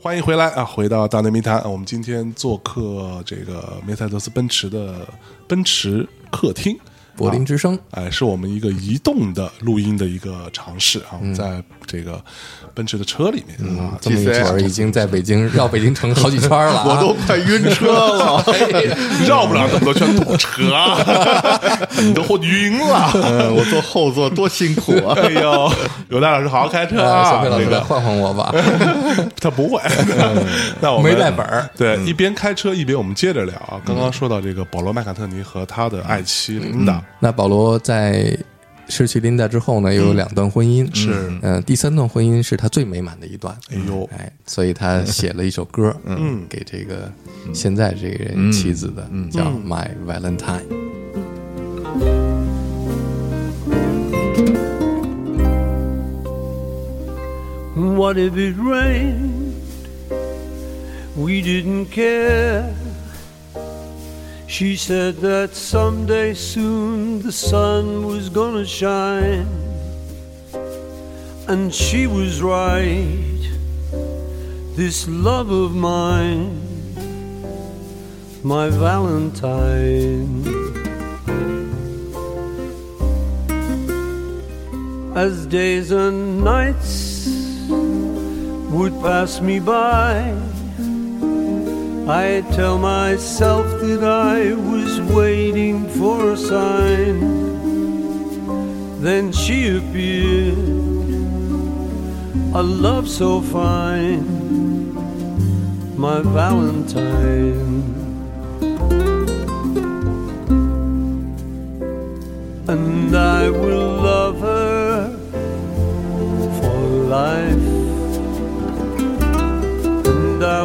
欢迎回来啊！回到大内密谈，啊我们今天做客这个梅赛德斯奔驰的奔驰客厅，
柏林之声，
哎，是我们一个移动的录音的一个尝试啊，我们在这个奔驰的车里面、啊，
嗯这么一会儿已经在北京绕北京城好几圈了、啊，
我都快晕车 了。
绕不了这么多圈堵车，啊 你都混晕了。
嗯，我坐后座多辛苦啊！
哎呦，刘大老师好好开车
哎
啊
小！飞老
这
师来
个
换换我吧，
他不会， 那 我们
没带本儿嗯
对，一边开车一边我们接着聊啊。刚刚说到这个保罗·麦卡特尼和他的爱
嗯
妻琳达，
那保罗在失去琳达之后呢，又有两段婚姻，
是
嗯、呃第三段婚姻是他最美满的一段。
哎呦，
哎，所以他写了一首歌，嗯，给这个
嗯
现在这个人妻子的，叫《My Valentine》。
What if it rained? We didn't care. She said that someday soon the sun was gonna shine. And she was right. This love of mine, my Valentine. as days and nights would pass me by. I tell myself that I was waiting for a sign. Then she appeared, a love so fine, my Valentine. and I will love her for life. And I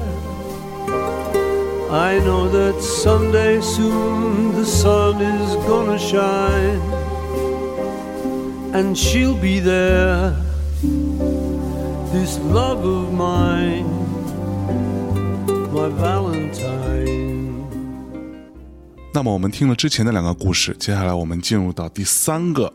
I know that someday soon the sun is gonna shine, and she'll be there. This love of mine, my Valentine.
那么我们听了之前的两个故事，接下来我们进入到第三个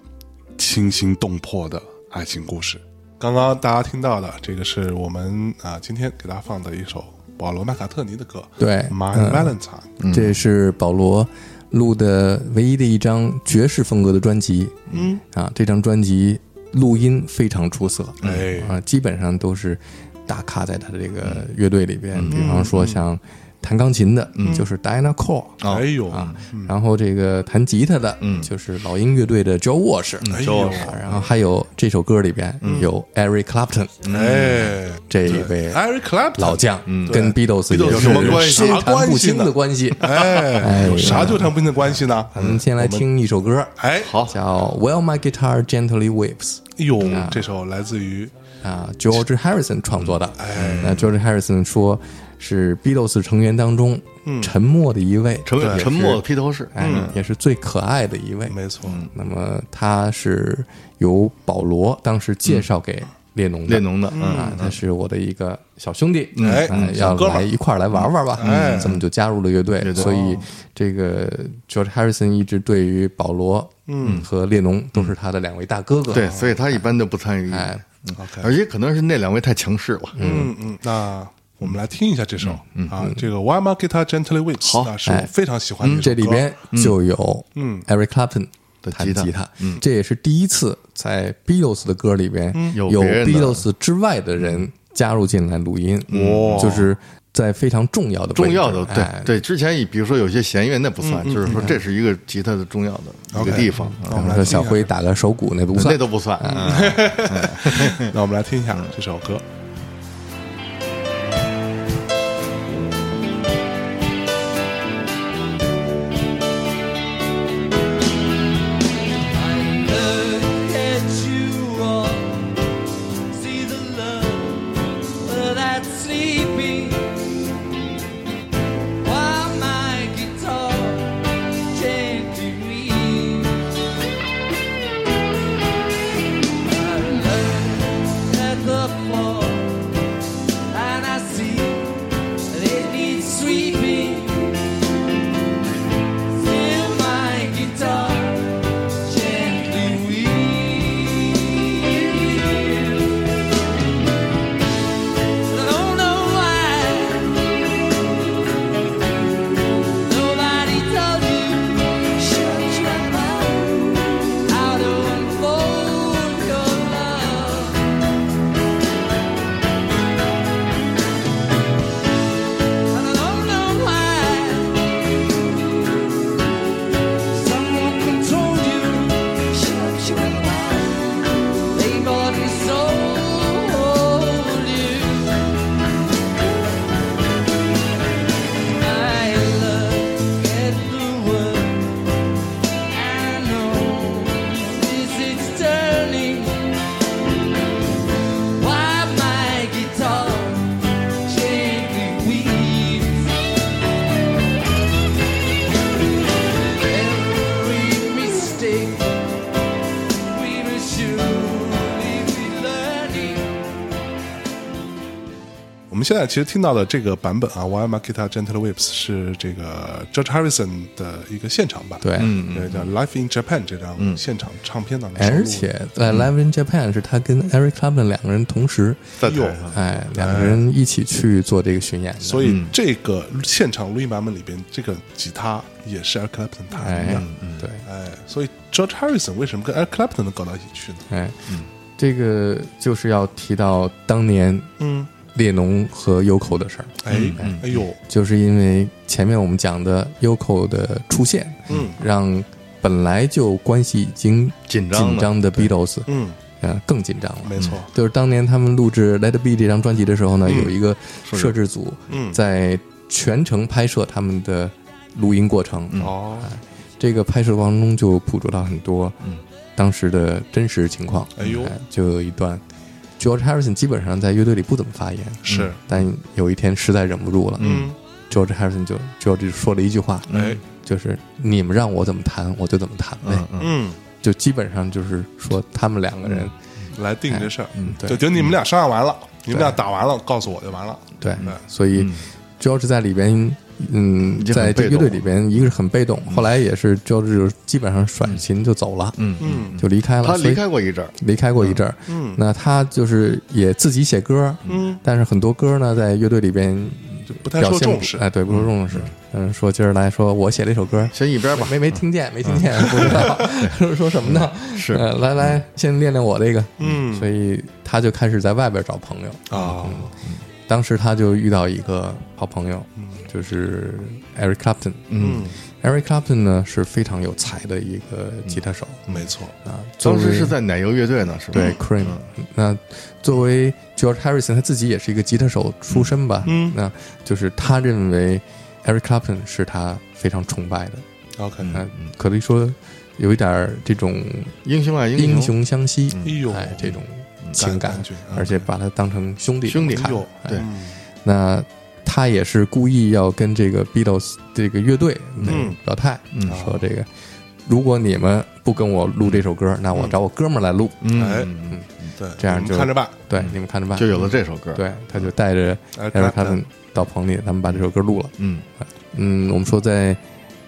惊心动魄的爱情故事。
刚刚大家听到的这个是我们啊今天给大家放的一首保罗·麦卡特尼的歌，
对
《My
嗯
Valentine》。
这是保罗录的唯一的一张爵士风格的专辑。嗯，啊，这张专辑录音非常出色，
哎
啊，基本上都是大咖在他的这个乐队里
嗯
边，比方说像弹钢琴的，就是 Diana Cole。
哎呦，
啊，然后这个弹吉他的，嗯，就是老鹰乐队的 Joe Walsh，
哎呦，
啊然后还有这首歌里边
嗯
有 Eric Clapton
哎
这一位
，Eric Clapton
老将，跟 Beatles
嗯 Beatles
也就
有什么
是
关系
深
啥
谈不
关系
清
呢
的关系。
哎，
哎
有啥纠缠不清的关系呢？
咱们先来听一首歌，
哎，好，
叫《While My Guitar Gently Weeps
哎呦，
嗯
这首来自于》
啊，George Harrison 创作的。嗯那 George Harrison 说是 Beatles 成员当中沉默的一位，
沉
也是
沉默的披头士，
哎，也是最可爱的一位。
没错，
那么他是由保罗当时介绍给列侬的，
列侬的嗯
啊，他是我的一个小兄弟，
哎
啊
小
要
哥们儿
来一块儿来玩玩吧，
哎
这么就加入了乐队，所以这个 George Harrison 一直对于保罗，嗯，和列侬都是他的两位大哥哥，嗯
对，所以他一般就不参与。
哎
嗯
OK
而且可能是那两位太强势了。
嗯嗯，那我们来听一下这首
嗯
啊，这个《Why My Guitar Gently Weeps》啊，是我非常喜欢的一首
哎嗯这
歌
里边就有
嗯
Eric Clapton
的
弹
吉他
他，这也是第一次在 Beatles 的歌里边
有
有
别人的
Beatles 之外的人加入进来录音，嗯
哇
就是在非常重要的位置
重要的，对、
哎嗯
对，之前以比如说有些弦乐那不算，就是说这是一个吉他的重要的一个地方，嗯
那我们
然
来
后
听
小
一下
辉打个手鼓那不算
那，都不算。
嗯
嗯
那我们来听一下这首歌。
Look at you all, see the love that's sleeping. While my guitar gently
我们现在其实听到的这个版本啊，Why Makita Gentle Whips 是这个 George Harrison 的一个现场版，
对嗯
对，叫 Life in Japan 这张现场唱片当中收录的，
而且在 Live in Japan 是他跟 Eric Clapton 两个人同时，
在台
哟
上
哎，两个人一起去做这个巡演的，
所以这个现场录音版本里边，这个吉他也是 Eric Clapton 弹
哎
的，，
对，
哎，所以 George Harrison 为什么跟 Eric Clapton 能搞到一起去呢？
哎，这个就是要提到当年
嗯，
列侬和 Yoko 的事儿，
哎，
嗯
哎呦，
就是因为前面我们讲的 Yoko 的出现，
嗯
让本来就关系已经
紧张
紧
了
张的 Beatles，
嗯，
嗯，更紧张了。
没错，
就是当年他们录制《Let It Be》这张专辑的时候呢，有一个摄制组
嗯
在全程拍摄他们的录音过程。
哦，
这个拍摄过程中就捕捉到很多当时的真实情况。
嗯哎呦
就有一段，George Harrison 基本上在乐队里不怎么发言，
是，
但有一天实在忍不住了，
嗯，
，George Harrison 就 George 就说了一句话，
哎，
就是你们让我怎么弹，我就怎么弹呗。
嗯嗯，
嗯，
就基本上就是说他们两个人，
来定这事儿，
嗯，对
就等你们俩商量完了，你们俩打完了，告诉我就完了，
对
嗯，
所以 George 在里边，嗯
已，经很
在这个
被
乐
动
队
了嗯
里边，一个是很被动，后来也是 George 就基本上甩琴就走了，嗯
嗯
就离开了，
他
所
离
以
开过一阵儿，
离开过一阵儿。
嗯
那他就是也自己写歌，
嗯，
但是很多歌呢，在乐队里边
就不太
表
受
现
重
不
视，
哎，对，不受重视。嗯，说今儿来说我写了一首歌，
先一边吧。
没没听见，没听见，不知道 说说什么呢？
嗯是
呃来来，先练练我这个。
嗯
所以他就开始在外边找朋友。
啊，
嗯当时他就遇到一个好朋友，就是 Eric Clapton。嗯，Eric Clapton 呢是非常有才的一个吉他手
没错，
啊。作
当时
为
是在奶油乐队呢，是吧？
对 Cream，那作为 George Harrison 他自己也是一个吉他手出身吧，
嗯
那就是他认为 Eric Clapton 是他非常崇拜的，
，OK，
那可以说有一点儿这种
英雄啊，
英
英雄，
雄相惜，
哎呦嗯
哎，这种情感
感嗯觉，
而且把他当成兄弟
兄弟
这么看
哟，
哎
对
那他也是故意要跟这个 Beatles 这个乐队那个表态，说这个如果你们不跟我录这首歌，那我找我哥们儿来录，
哎，
嗯
对，
这样
你们
就
看着办，
对，你们看着办，
嗯就有了这首歌。，
对，他就带着
哎
Eric
看
Clapton 到棚里，他们把这首歌录了。
嗯
嗯，我们说在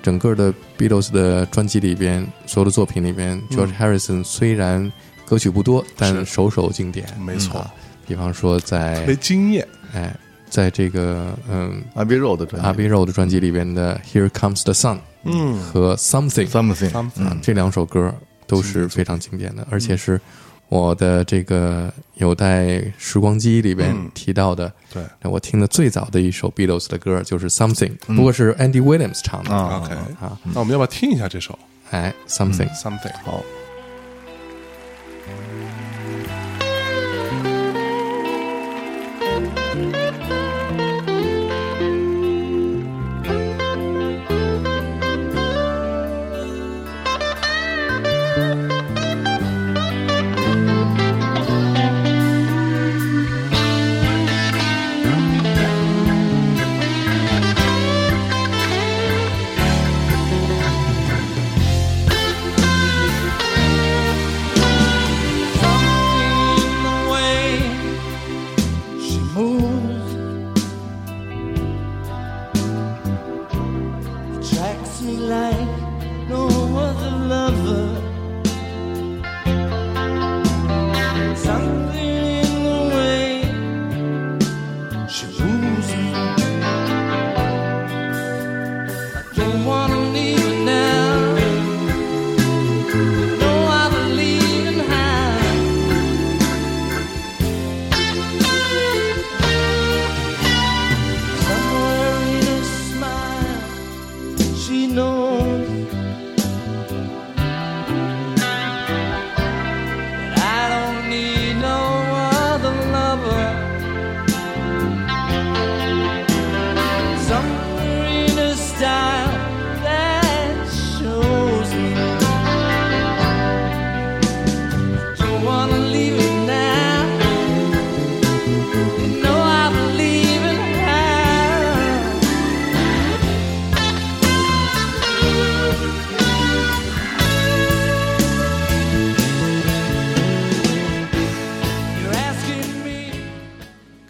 整个的 Beatles 的专辑里边，所有的作品里边，George Harrison 虽然歌曲不多，但首首经典。
没错
啊，比方说
没
在
经验，
哎，在这个嗯
，Abbey Road 的专
a
辑
b b y Road 的专辑里边的《Here Comes the Sun》
嗯，
和《Something》
，Something，
啊，这两首歌都是非常经
嗯
典的，而且是我的这个有带时光机里边提到的。
嗯对
那我听的最早的一首 Beatles 的歌就是《Something》，不
嗯
过是 Andy Williams 唱的。
啊
，OK，
啊
那我们要不要听一下这首
哎，Something，
Something？
好，
Something in the way she moves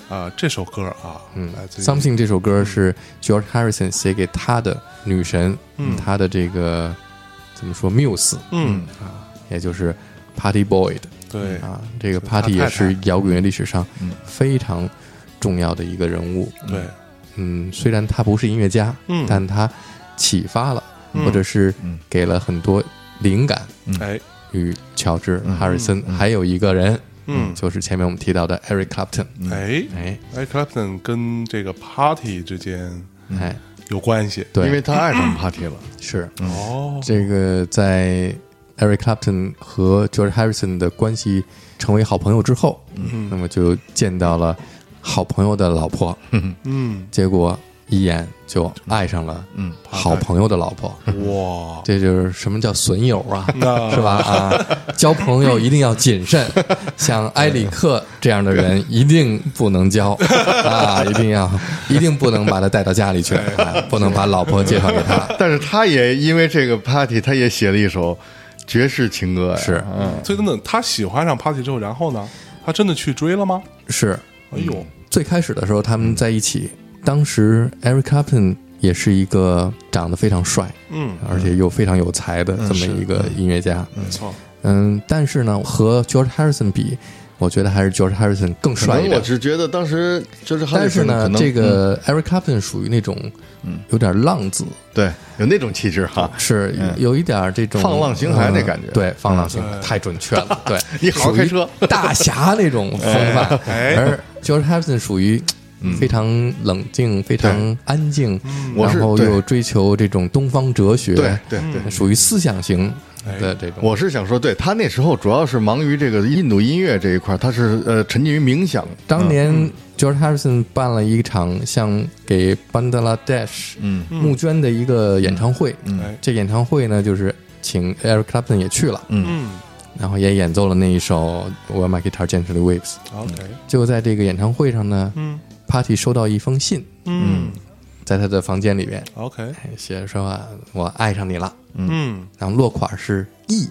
啊，这首歌啊，嗯来自于
Something 这首歌是 George Harrison 写给他的女神，
嗯
他的这个怎么说 muse，
嗯，
也就是 Party Boy 的
对，
啊，这个
是他
Party
太
也
太
是摇滚乐历史上
嗯
非常重要的一个人物。
对，
嗯，虽然他不是音乐家，
嗯
但他启发了，
嗯
或者是
嗯
给了很多灵感
哎，
与乔治
嗯
Harrison，还有一个人，
嗯
就是前面我们提到的 Eric Clapton。
哎，
哎
哎，Clapton 跟这个 Party 之间
哎，
有关系，
对，
因为他爱上 Party 了，
是嗯
哦，
这个在 Eric Clapton 和 George Harrison 的关系成为好朋友之后，嗯，那么就见到了好朋友的老婆，
嗯，
结果一眼就爱上了嗯好朋友的老婆，
哇，
这就是什么叫损友啊，
那
是吧？啊，交朋友一定要谨 慎，像埃里克这样的人一定不能 交啊，一定要一定不能把他带到家里去，啊、不能把老婆介绍给他。
但是他也因为这个 Party，他也写了一首爵士情歌呀，
是
所以等等，他喜欢上 Party 之后，然后呢，他真的去追了吗？
是
哎
嗯
呦，
最开始的时候他们在一起，当时 Eric Clapton 也是一个长得非常帅，
嗯，
而且又非常有才的
嗯
这么一个音乐家。
没错，
嗯，但是呢，和 George Harrison 比，我觉得还是 George Harrison 更
可
帅一
能我
点。
只觉得当时就是哈
但
里
是
逊可
呢，
能，
这
嗯
个 Eric Clapton 属于那种，有点浪子，
对有那种气质哈，
是有一点这种
嗯放浪形骸那感觉嗯
呃对，放浪形骸太准确 了。对，
你好好哎开车
属于 大侠那种风范，而 George Harrison 属于。非常冷静，非常安静，
嗯我是
然后
对
又追求这种东方哲学，
对对对。哎
属于思想型的这种。
我是想说，对他那时候主要是忙于这个印度音乐这一块，他是呃沉浸于冥想。
当年 George Harrison 办了一场像给 Bangladesh
嗯
募捐的一个演唱会，
哎
这演唱会呢，就是请 Eric Clapton 也去了，
嗯
然后也演奏了那一首《我 My Guitar Gently Waves》。
，OK，
就在这个演唱会上呢，
嗯
p a t t y 收到一封信，
嗯
在他的房间里边
，OK，
哎写着说、啊我爱上你了，
嗯
然后落款是 E，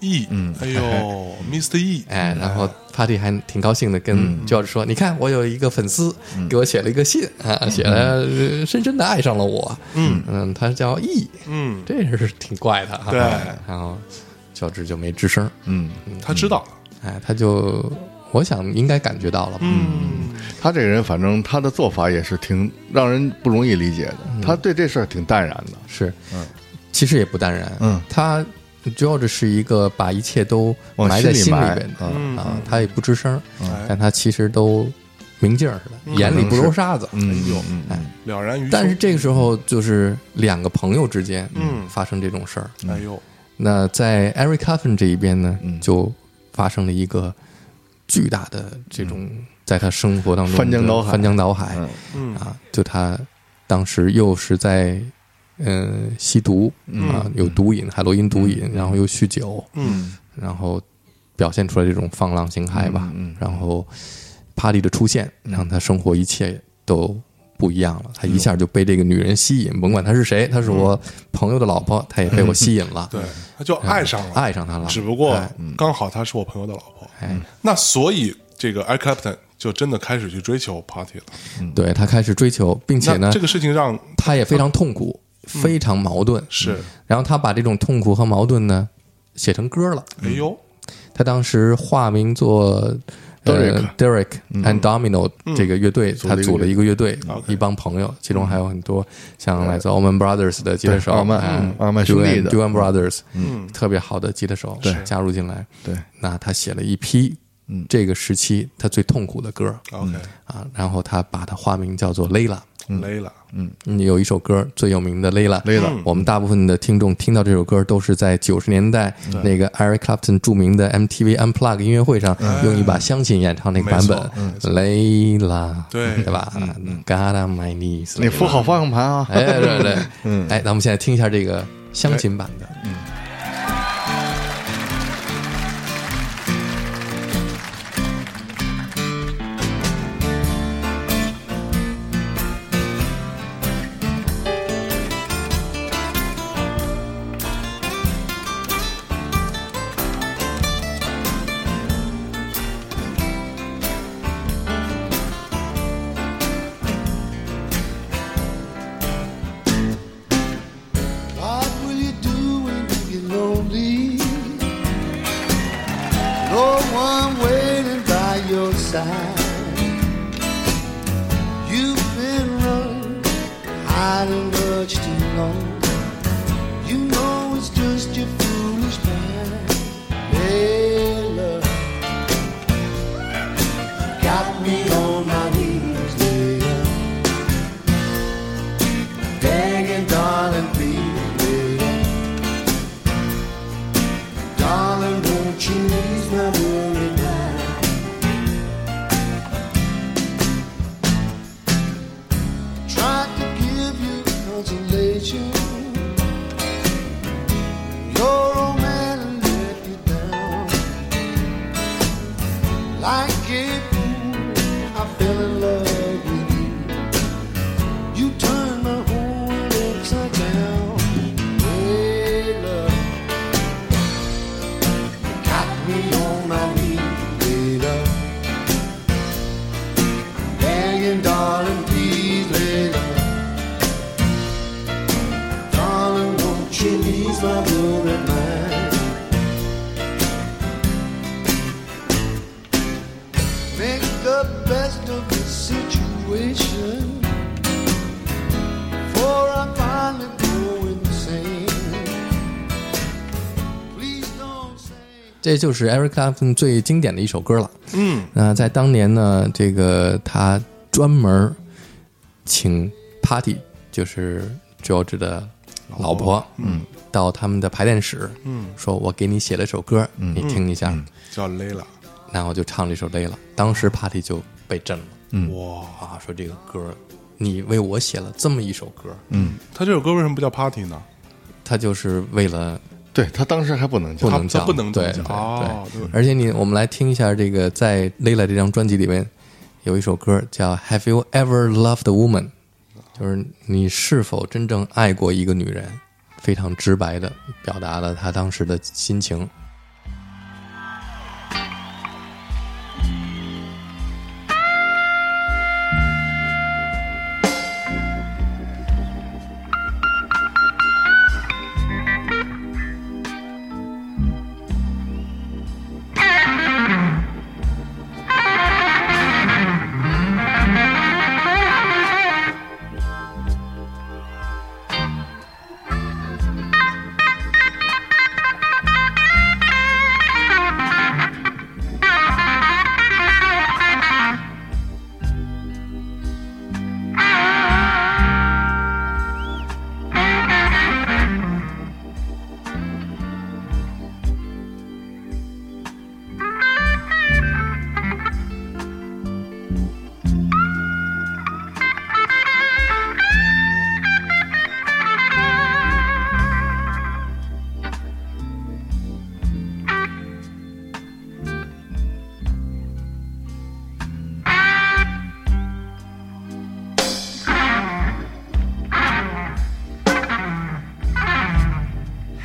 ，E，哎 呦，Mr. E，
哎，然后 Patty 还挺高兴的跟 George 说：“你看，我有一个粉丝给我写了一个信啊，写了呃深深的爱上了我。”嗯嗯，他叫 E，
嗯，
这是挺怪的哈。
对
然后 George 就没吱声，
嗯，
他知道了，
哎，他就我想应该感觉到了吧。
嗯，
他这个人，反正他的做法也是挺让人不容易理解的。
嗯
他对这事儿挺淡然的。
是，其实也不淡然，
嗯
他 George 是一个把一切都
往
埋在
心里
心里
埋
边的
嗯
啊，他也不吱声，
哎
但他其实都明镜儿似的，眼里不揉沙子。
嗯
呦
嗯
哎
嗯，
了然于胸，
但是这个时候，就是两个朋友之间，
嗯
发生这种事儿。
哎呦，
那在 Eric Clapton 这一边呢，
嗯
就发生了一个巨大的这种，在他生活当中的
嗯翻江倒海
翻江倒海
嗯
啊！就他当时又是在嗯、呃吸毒
嗯
啊，有毒瘾，海洛因毒瘾，然后又酗酒，
嗯
然后表现出来这种放浪形骸吧。
嗯嗯
然后帕蒂的出现，让他生活一切都不一样了。
嗯
他一下就被这个女人吸引，甭管她是谁，她是我朋友的老婆，她也被我吸引了，
对，他就爱上了，
嗯爱上她了。
只不过
哎
刚好她是我朋友的老婆，嗯
哎，
那所以这个 Eric Clapton 就真的开始去追求 Party 了，
对他开始追求，并且
那
呢
这，个嗯事情让
他也非常痛苦，非常矛盾。
是，
然后他把这种痛苦和矛盾呢写成歌了。
哎呦，
他当时化名做呃 Derek and Domino 这个乐队，他组了一个乐队，一帮朋友，其中还有很多像来自 Allman Brothers 的吉他手，
对，Allman，
哎
嗯，Allman 兄弟的
Duran- Duran Brothers，嗯，特别好的吉他手加入进来。
对，
那他写了一批这个时期他最痛苦的歌
OK，
啊，然后他把它化名叫做 Layla。
累了，
嗯有一首歌最有名的《Layla》
Layla
我们大部分的听众听到这首歌都是在九十年代那个 Eric Clapton 著名的 MTV Unplug 音乐会上
哎
用一把乡琴演唱那个版本
嗯
《Layla》，
对
对吧？Got on my knees，
那扶好方向盘啊！
哎，对 对，嗯，哎，咱们现在听一下这个乡琴版的。
Layla,
matter what you do wrong. You know it's just your foolish plan. Hey, love, got me on my knees, baby. Begging, darling, please, baby. Darling, won't you ease my worry now? Tried to give you consolation. Your old man let you down. Like it, I fell in love with you. You turned my whole world upside down. Hey, love, got me on my knees, hey, love. Begging, darling, please let up. Darling, won't you ease my worried mind? Make the best of the situation. For I'm finally going insane. Please don't say.
这就是 Eric Clapton 最经典的一首歌了。嗯，那在当年呢，这个他专门请 Patty，就是 George 的老婆，嗯，到他们的排练室，嗯，说我给你写了首歌，你听一下，
叫勒了，
然后就唱这首《累了》。当时 Patty 就被震了，
哇！
啊，说这个歌，你为我写了这么一首歌，嗯，
他这首歌为什么不叫 Party 呢？
他就是为了
对他当时还不能
不
叫，
他
能
他
讲，
不能这么
对
讲
对
哦
对嗯
对
而且你，我们来听一下这个，在 Layla 这张专辑里面有一首歌叫《Have You Ever Loved a Woman》，就是你是否真正爱过一个女人，非常直白的表达了他当时的心情。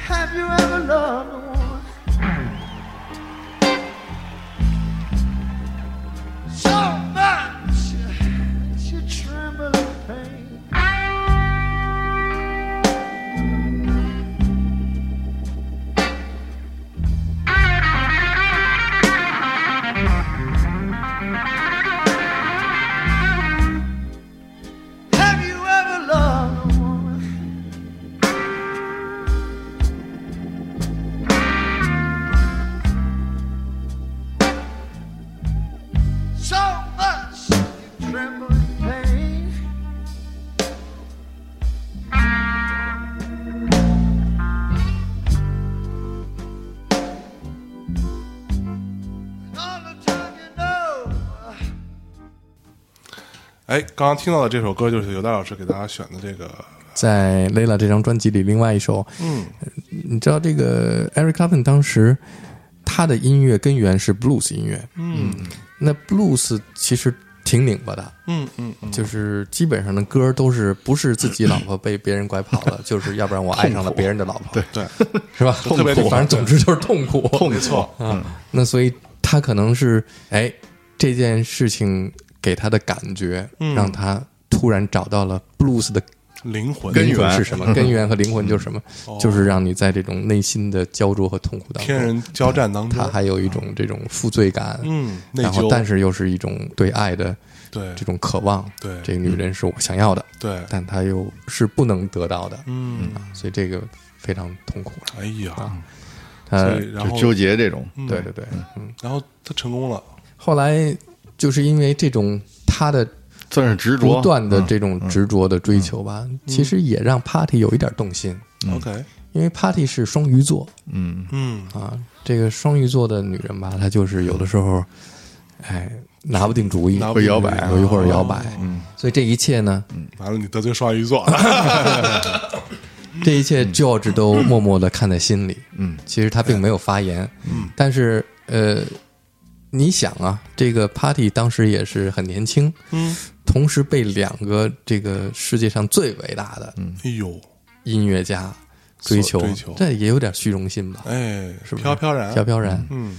Have you ever loved a woman? So much she trembled in pain. Have you ever loved a woman? so much you tremble in pain. And all the time you know.
哎，刚刚听到的这首歌就是有戴老师给大家选的这个，
在 Layla 这张专辑里，另外一首，嗯，你知道这个 Eric Clapton 当时他的音乐根源是 blues 音乐，嗯，那 blues 其实挺拧巴的，
嗯嗯嗯，
就是基本上的歌都是不是自己老婆被别人拐跑 了，就是要不然我爱上了别人的老婆，对
对，
是吧？
特别痛苦
反正总之就是痛苦，痛
没错，
啊。那所以他可能是哎这
嗯
件事情给他的感觉，让他突然找到了 blues 的
灵魂
根
灵魂
源
是什么，根源和灵魂就是什么， 就是让你在这种内心的焦灼和痛苦当
嗯天
中，
人交战当
它
中，
还有一种这种负罪感，
嗯，内
然后
疚，
但是又是一种对爱的
对
这种渴望，
对
这个女人是我想要的，
对，
但她又是不能得到的，啊
嗯，
所以这个非常痛苦了。
哎呀，
呃
所，以然
就
后
纠结这种，
嗯
对对对，嗯，
然后他成功了，
后来就是因为这种她的
算是执着，
不断
嗯
的这种执着的追求吧，其实也让 Party 有一点动心，
OK，
因为 Party 是双鱼座
嗯，
嗯，
啊，这个双鱼座的女人吧，她就是有的时候，哎，拿不定主意，
嗯拿不
会
定嗯
摇摆
有一会儿摇摆，所以这一切呢，
完了你得罪双鱼座，
这一切
嗯
George 都默默的看在心里，
嗯，
其实他并没有发言，嗯，但是呃，你想啊，这个 Party 当时也是很年轻，
嗯，
同时被两个这个世界上最伟大的
哎呦，
音乐家追求，
所追求
这也有点虚荣心吧，
哎，
是不是
飘飘然，
飘飘然，
嗯，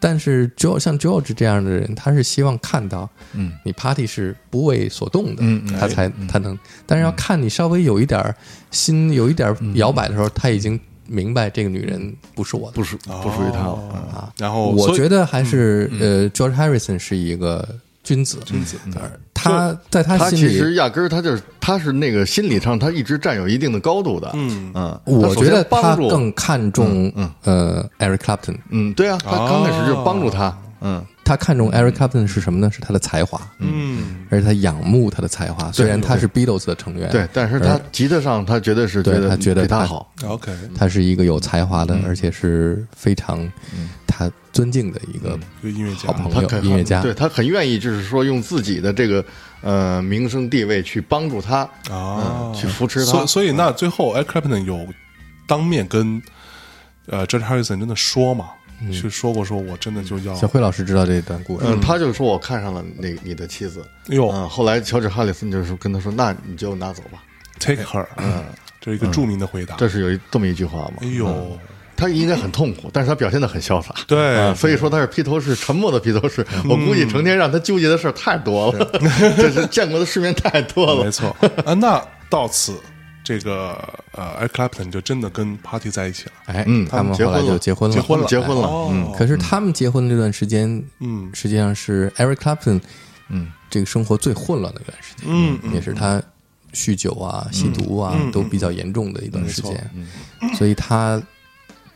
但是 George 像 George 这样的人，他是希望看到，
嗯，
你 Party 是不为所动的，
嗯嗯
他才他能。但是要看你稍微有一点儿心有一点儿摇摆的时候，他已经明白这个女人不是我的
不属不属于他了，嗯
啊。
然后
我
所以
觉得还是呃，George Harrison 是一个君子，君子，他在他
嗯他
心
其实
里，
压根儿他就是他是那个心理上他一直占有一定的高度的，
嗯
嗯，
我觉得他
他首先帮助
更看重呃 Eric Clapton，
嗯，对啊，他刚开始
哦
就是帮助他，嗯，
他看重 Eric Clapton 是什么呢？是他的才华，
嗯，
而且他仰慕他的才华，虽然他是 Beatles 的成员，
对，但是他吉他上他绝对是觉
对
得
他觉得
比他
他
好，
OK，
他是一个有才华
嗯
的，而且是非常他尊敬的一个
一个音乐家
好，朋
嗯他
友、
肯
音乐家。
对他很愿意，就是说用自己的这个呃名声地位去帮助他，
嗯
嗯
啊，
去扶持他
所以所以那最后 Eric Clapton 有当面跟呃 George Harrison 真的说嘛，
嗯
去说过说我真的就要
小辉老师知道这段故事，
嗯，他就说我看上了那你的妻子，
哟
嗯，后来乔治哈里森就是跟他说，那你就拿走吧，
take her，这是一
嗯
嗯个著名的回答，
这是有一这么一句话嘛，
哎呦，
嗯
他应该很痛苦，但是他表现的很潇洒。
对
啊所以说他是披头士，沉默的披头士。我估计成天让他纠结的事儿太多了， 这是见过的世面太多
没
了。
错啊，那到此。这个呃，Eric Clapton 就真的跟 Party 在一起了。
哎，
嗯
他们后来就结婚了，
结婚了
结婚了
哎
哦
嗯
可是他们结婚这段时间，
嗯
实际上是 Eric Clapton，
嗯，
这个生活最混乱的一段时间，
嗯嗯
也是他酗酒啊、吸毒啊
嗯嗯
都比较严重的一段时
没错
间，所以他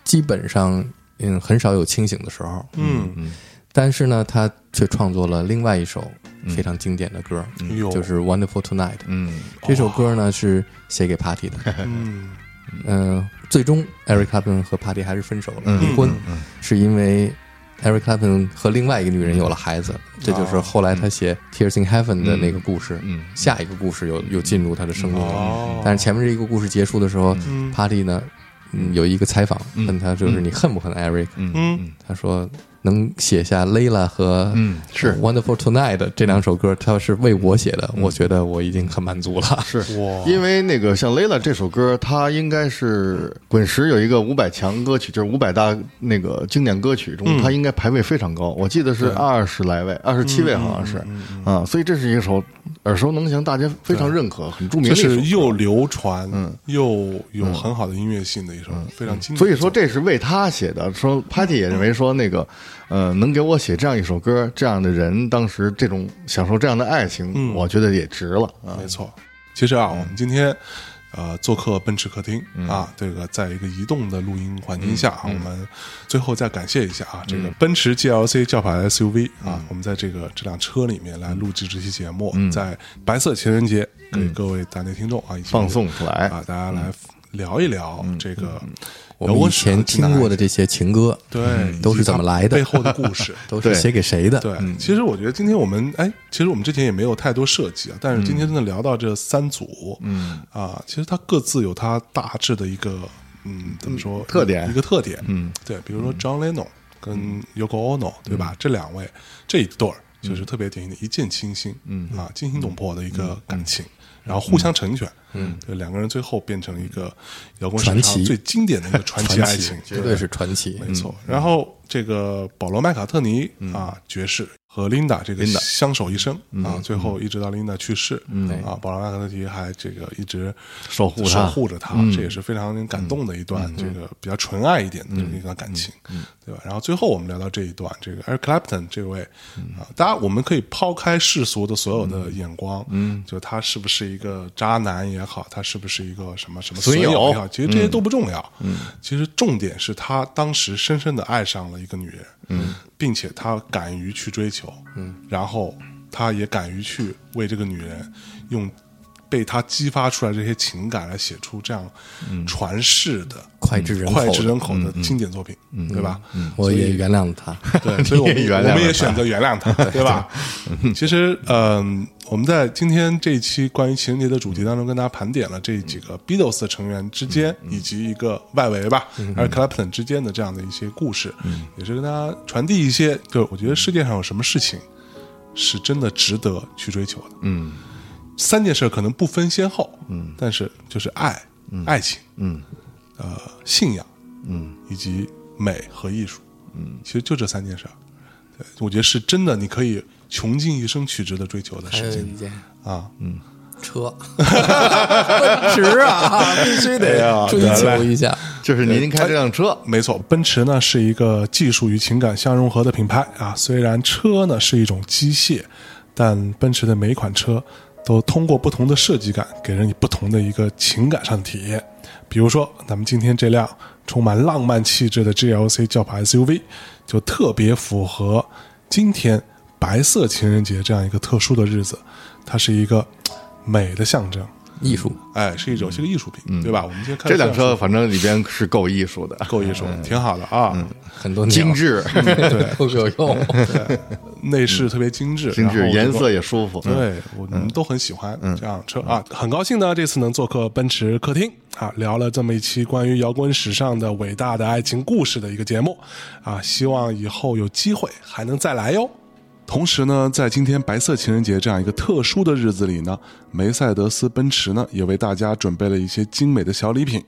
基本上嗯很少有清醒的时候，
嗯，
但是呢，他却创作了另外一首非常经典的歌，
哎呦
就是《Wonderful Tonight》。
嗯，
这首歌呢是写给 Party 的。
嗯
嗯、最终 Eric Clapton 和 Party 还是分手
嗯
了，离婚，是因为 Eric Clapton 和另外一个女人有了孩子。这
哦
就是后来他
嗯
写《Tears in Heaven》的那个故事。
嗯
下一个故事又又进入他的生命了。
哦
但是前面这一个故事结束的时候、p a r t y 呢、嗯有一个采访问他，就是你恨不恨 Eric？
嗯，
他说能写下《Layla》和
嗯是
《Wonderful Tonight》这两首歌，他是为我写的，
嗯
我觉得我已经很满 足了。
是
哇
因为那个像 Layla 这首歌，它应该是滚石有一个五百强歌曲，就是五百大那个经典歌曲中，它应该排位非常高，我记得是二十来位，二十七位好像是啊，所以这是一首耳熟能详，大家非常认可、很著名
这
的一首
是
歌。
又流传，又有很好的音乐性的一首，非常经典。
嗯所以说这是为他写的。说 Patty 也认为说那个，呃，能给我写这样一首歌，这样的人，当时这种享受这样的爱情，
嗯
我觉得也值了啊。
没错。其实啊，我
嗯
们今天呃做客奔驰客厅、啊，这个在一个移动的录音环境下
嗯
啊，我们最后再感谢一下啊，这个奔驰 GLC 轿跑 SUV 啊，
嗯
我们在这个这辆车里面来录制这期节目，在白色情人节给各位大内听众啊一起
嗯放送出
哎
来
啊，大家来
嗯
聊一聊这个
我们以前听过的这些情歌，
对
都是怎么来的
以及它背后的故 事。
都是写给谁的？
对，其实我觉得今天我们哎，其实我们之前也没有太多涉及啊，但是今天真的聊到这三组，嗯啊，其实它各自有它大致的一个嗯，怎么说
特点
一个特点，嗯，嗯对，比如说 John Lennon 跟 Yoko Ono 对吧？这两位这一对儿就是特别典型的一见倾心，嗯啊，惊心动魄的一个感情。然后互相成全，嗯，对，两个人最后变成一个摇滚史
传
上
奇
最经典的一个传奇爱情，
绝对是传奇。嗯
嗯没错。然后这个保罗·麦卡特尼啊，爵士和嗯 Linda 这个
Linda
相守一生啊，最后一直到 Linda 去世，啊，保罗阿克特提还这个一直
守护她
守护嗯着她，这也是非常令人感动的一段这个比较纯爱一点的这么一段感情，对吧？然后最后我们聊到这一段，这个 Eric Clapton 这位啊，大家我们可以抛开世俗的所有的眼光，嗯，就他是不是一个渣男也好，他是不是一个什么什么
损
友
友
也好，其实这些都不重要。嗯，其实重点是他当时深深的爱上了一个女人，嗯，并且他敢于去追求，嗯，然后他也敢于去为这个女人用被他激发出来这些情感来写出这样传世的、嗯
脍炙人口的
脍嗯炙人口的经典作品，对吧？
我也原谅了 他。
对，所以我们
你也原谅
我
了
们也
他
选择原谅 他，对吧？其实，嗯、我们在今天这一期关于情人节的主题当中，跟大家盘点了这几个 Beatles 的成员之间，
嗯
以及一个外围吧，还有 Clapton 之间的这样的一些故事，
嗯
也是跟大家传递一些，就是我觉得世界上有什么事情是真的值得去追求的。嗯，三件事可能不分先后，嗯，但是就是爱、爱情，嗯，呃，信仰，嗯，以及美和艺术，嗯，其实就这三件事儿，对我觉得是真的，你可以穷尽一生去值得追求的
还
事
有
情
一件
啊。
车， 奔驰啊，必须得追求一下。
就是您
哎
开这辆车，
没错，奔驰呢是一个技术与情感相融合的品牌啊。虽然车呢是一种机械，但奔驰的每一款车都通过不同的设计感，给人以不同的一个情感上的体验。比如说，咱们今天这辆充满浪漫气质的 GLC 轿跑 SUV，就特别符合今天白色情人节这样一个特殊的日子，它是一个美的象征。
艺术，
哎，是一种是个艺术品，对吧？我们今天看
嗯这辆
样
车反正里边是够艺术的，
是够艺术，挺好的啊。
嗯
很多鸟
精致，
嗯
都有用。
内饰特别精
嗯
致，
精
然
致，
后
颜色也舒服。
对，我们都很喜欢
嗯
这辆车啊。很高兴呢，这次能做客奔驰客厅啊，聊了这么一期关于摇滚史上的伟大的爱情故事的一个节目啊，希望以后有机会还能再来哟。
同时呢，在今天白色情人节这样一个特殊的日子里呢，梅赛德斯奔驰呢也为大家准备了一些精美的小礼品，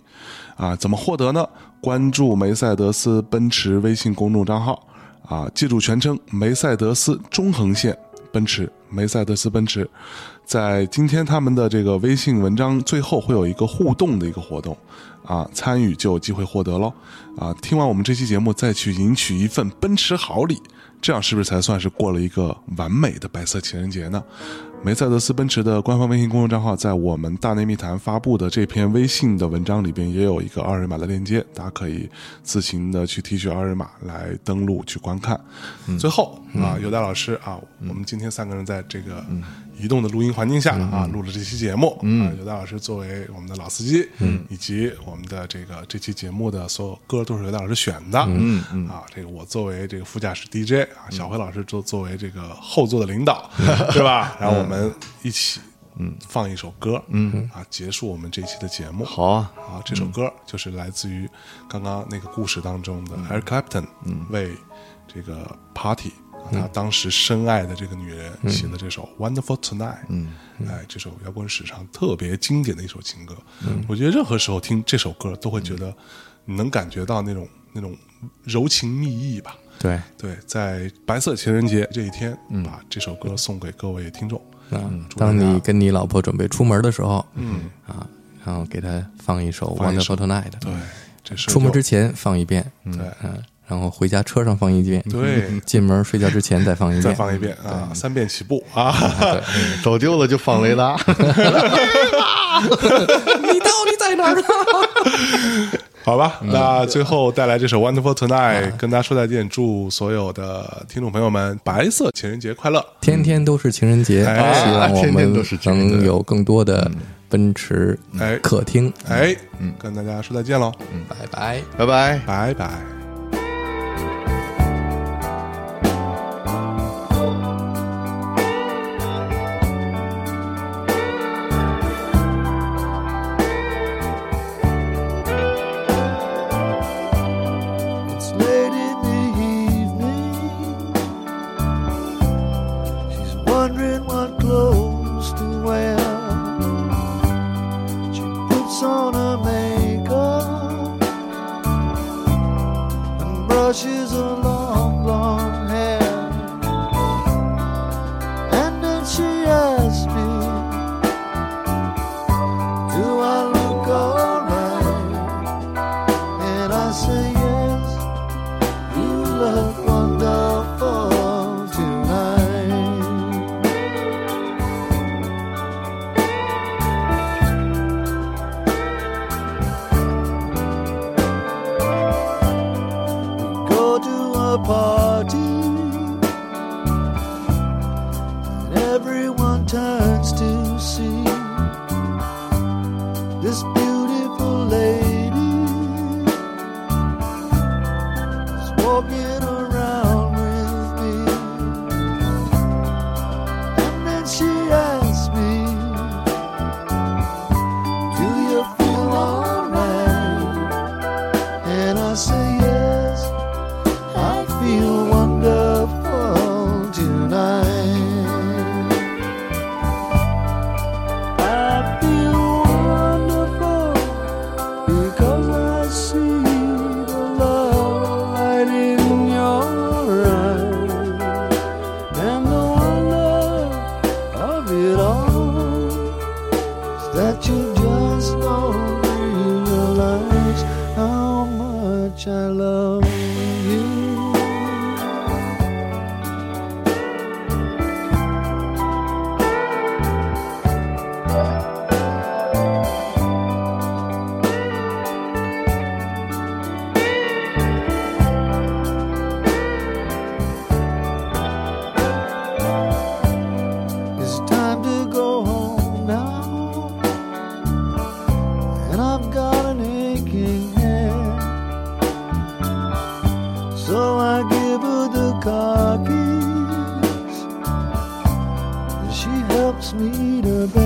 啊，怎么获得呢？关注梅赛德斯奔驰微信公众账号，啊，记住全称梅赛德斯中横线奔驰，梅赛德斯奔驰，在今天他们的这个微信文章最后会有一个互动的一个活动，啊，参与就有机会获得喽，啊，听完我们这期节目再去赢取一份奔驰好礼。这样是不是才算是过了一个完美的白色情人节呢？梅赛德斯奔驰的官方微信公众账号在我们大内密谈发布的这篇微信的文章里边也有一个二维码的链接，大家可以自行的去提取二维码来登录去观看。
最后啊，尤达老师啊，我们今天三个人在这个移动的录音环境下啊，录了这期节目。啊，尤达老师作为我们的老司机，以及我们的这个这期节目的所有歌都是尤达老师选的。嗯嗯，啊，这个我作为这个副驾驶 DJ 啊，小辉老师作作为这个后座的领导， 对吧？然后我们一起。嗯，放一首歌，嗯啊，结束我们这期的节目。
好啊，
啊，这首
嗯
歌就是来自于刚刚那个故事当中的
嗯
Eric Clapton，为这个 Party，他
嗯
当时深爱的这个女人写的这首《Wonderful Tonight》，嗯，哎，这首摇滚史上特别经典的一首情歌，
嗯
我觉得任何时候听这首歌都会觉得你能感觉到那种那种柔情蜜意吧，
对，
对，在白色情人节这一天，把这首歌送给各位听众，啊
嗯
祝大
当
家
你跟你老婆准备出门的时候，嗯啊，然后给她放一首《
放一首
Wonderful Tonight》，
对这是哎
出门之前放一遍，
对。
嗯，然后回家车上放一遍，
对
进门睡觉之前再放一遍，
再放一遍啊，三遍起步啊！
嗯走丢了就放 雷达，
你到底在哪儿呢？
好吧，那最后带来这首《Wonderful Tonight》，跟大家说再见，祝所有的听众朋友们白色情人节快乐！
天天都是情人节，
哎
希望我
嗯天天
们
都是情人节嗯
能有更多的奔驰
哎
客厅。
哎，跟大家说再见喽，
拜拜。
拜拜。
拜拜。
It's late in the evening. She's wondering what clothes to wear. She puts on her makeup and brushes her long, long hair.
that you just don't realize how much I love you. It's time to go home now. And I've got an aching head. So I give her the car keys. And she helps me to bed. Oh,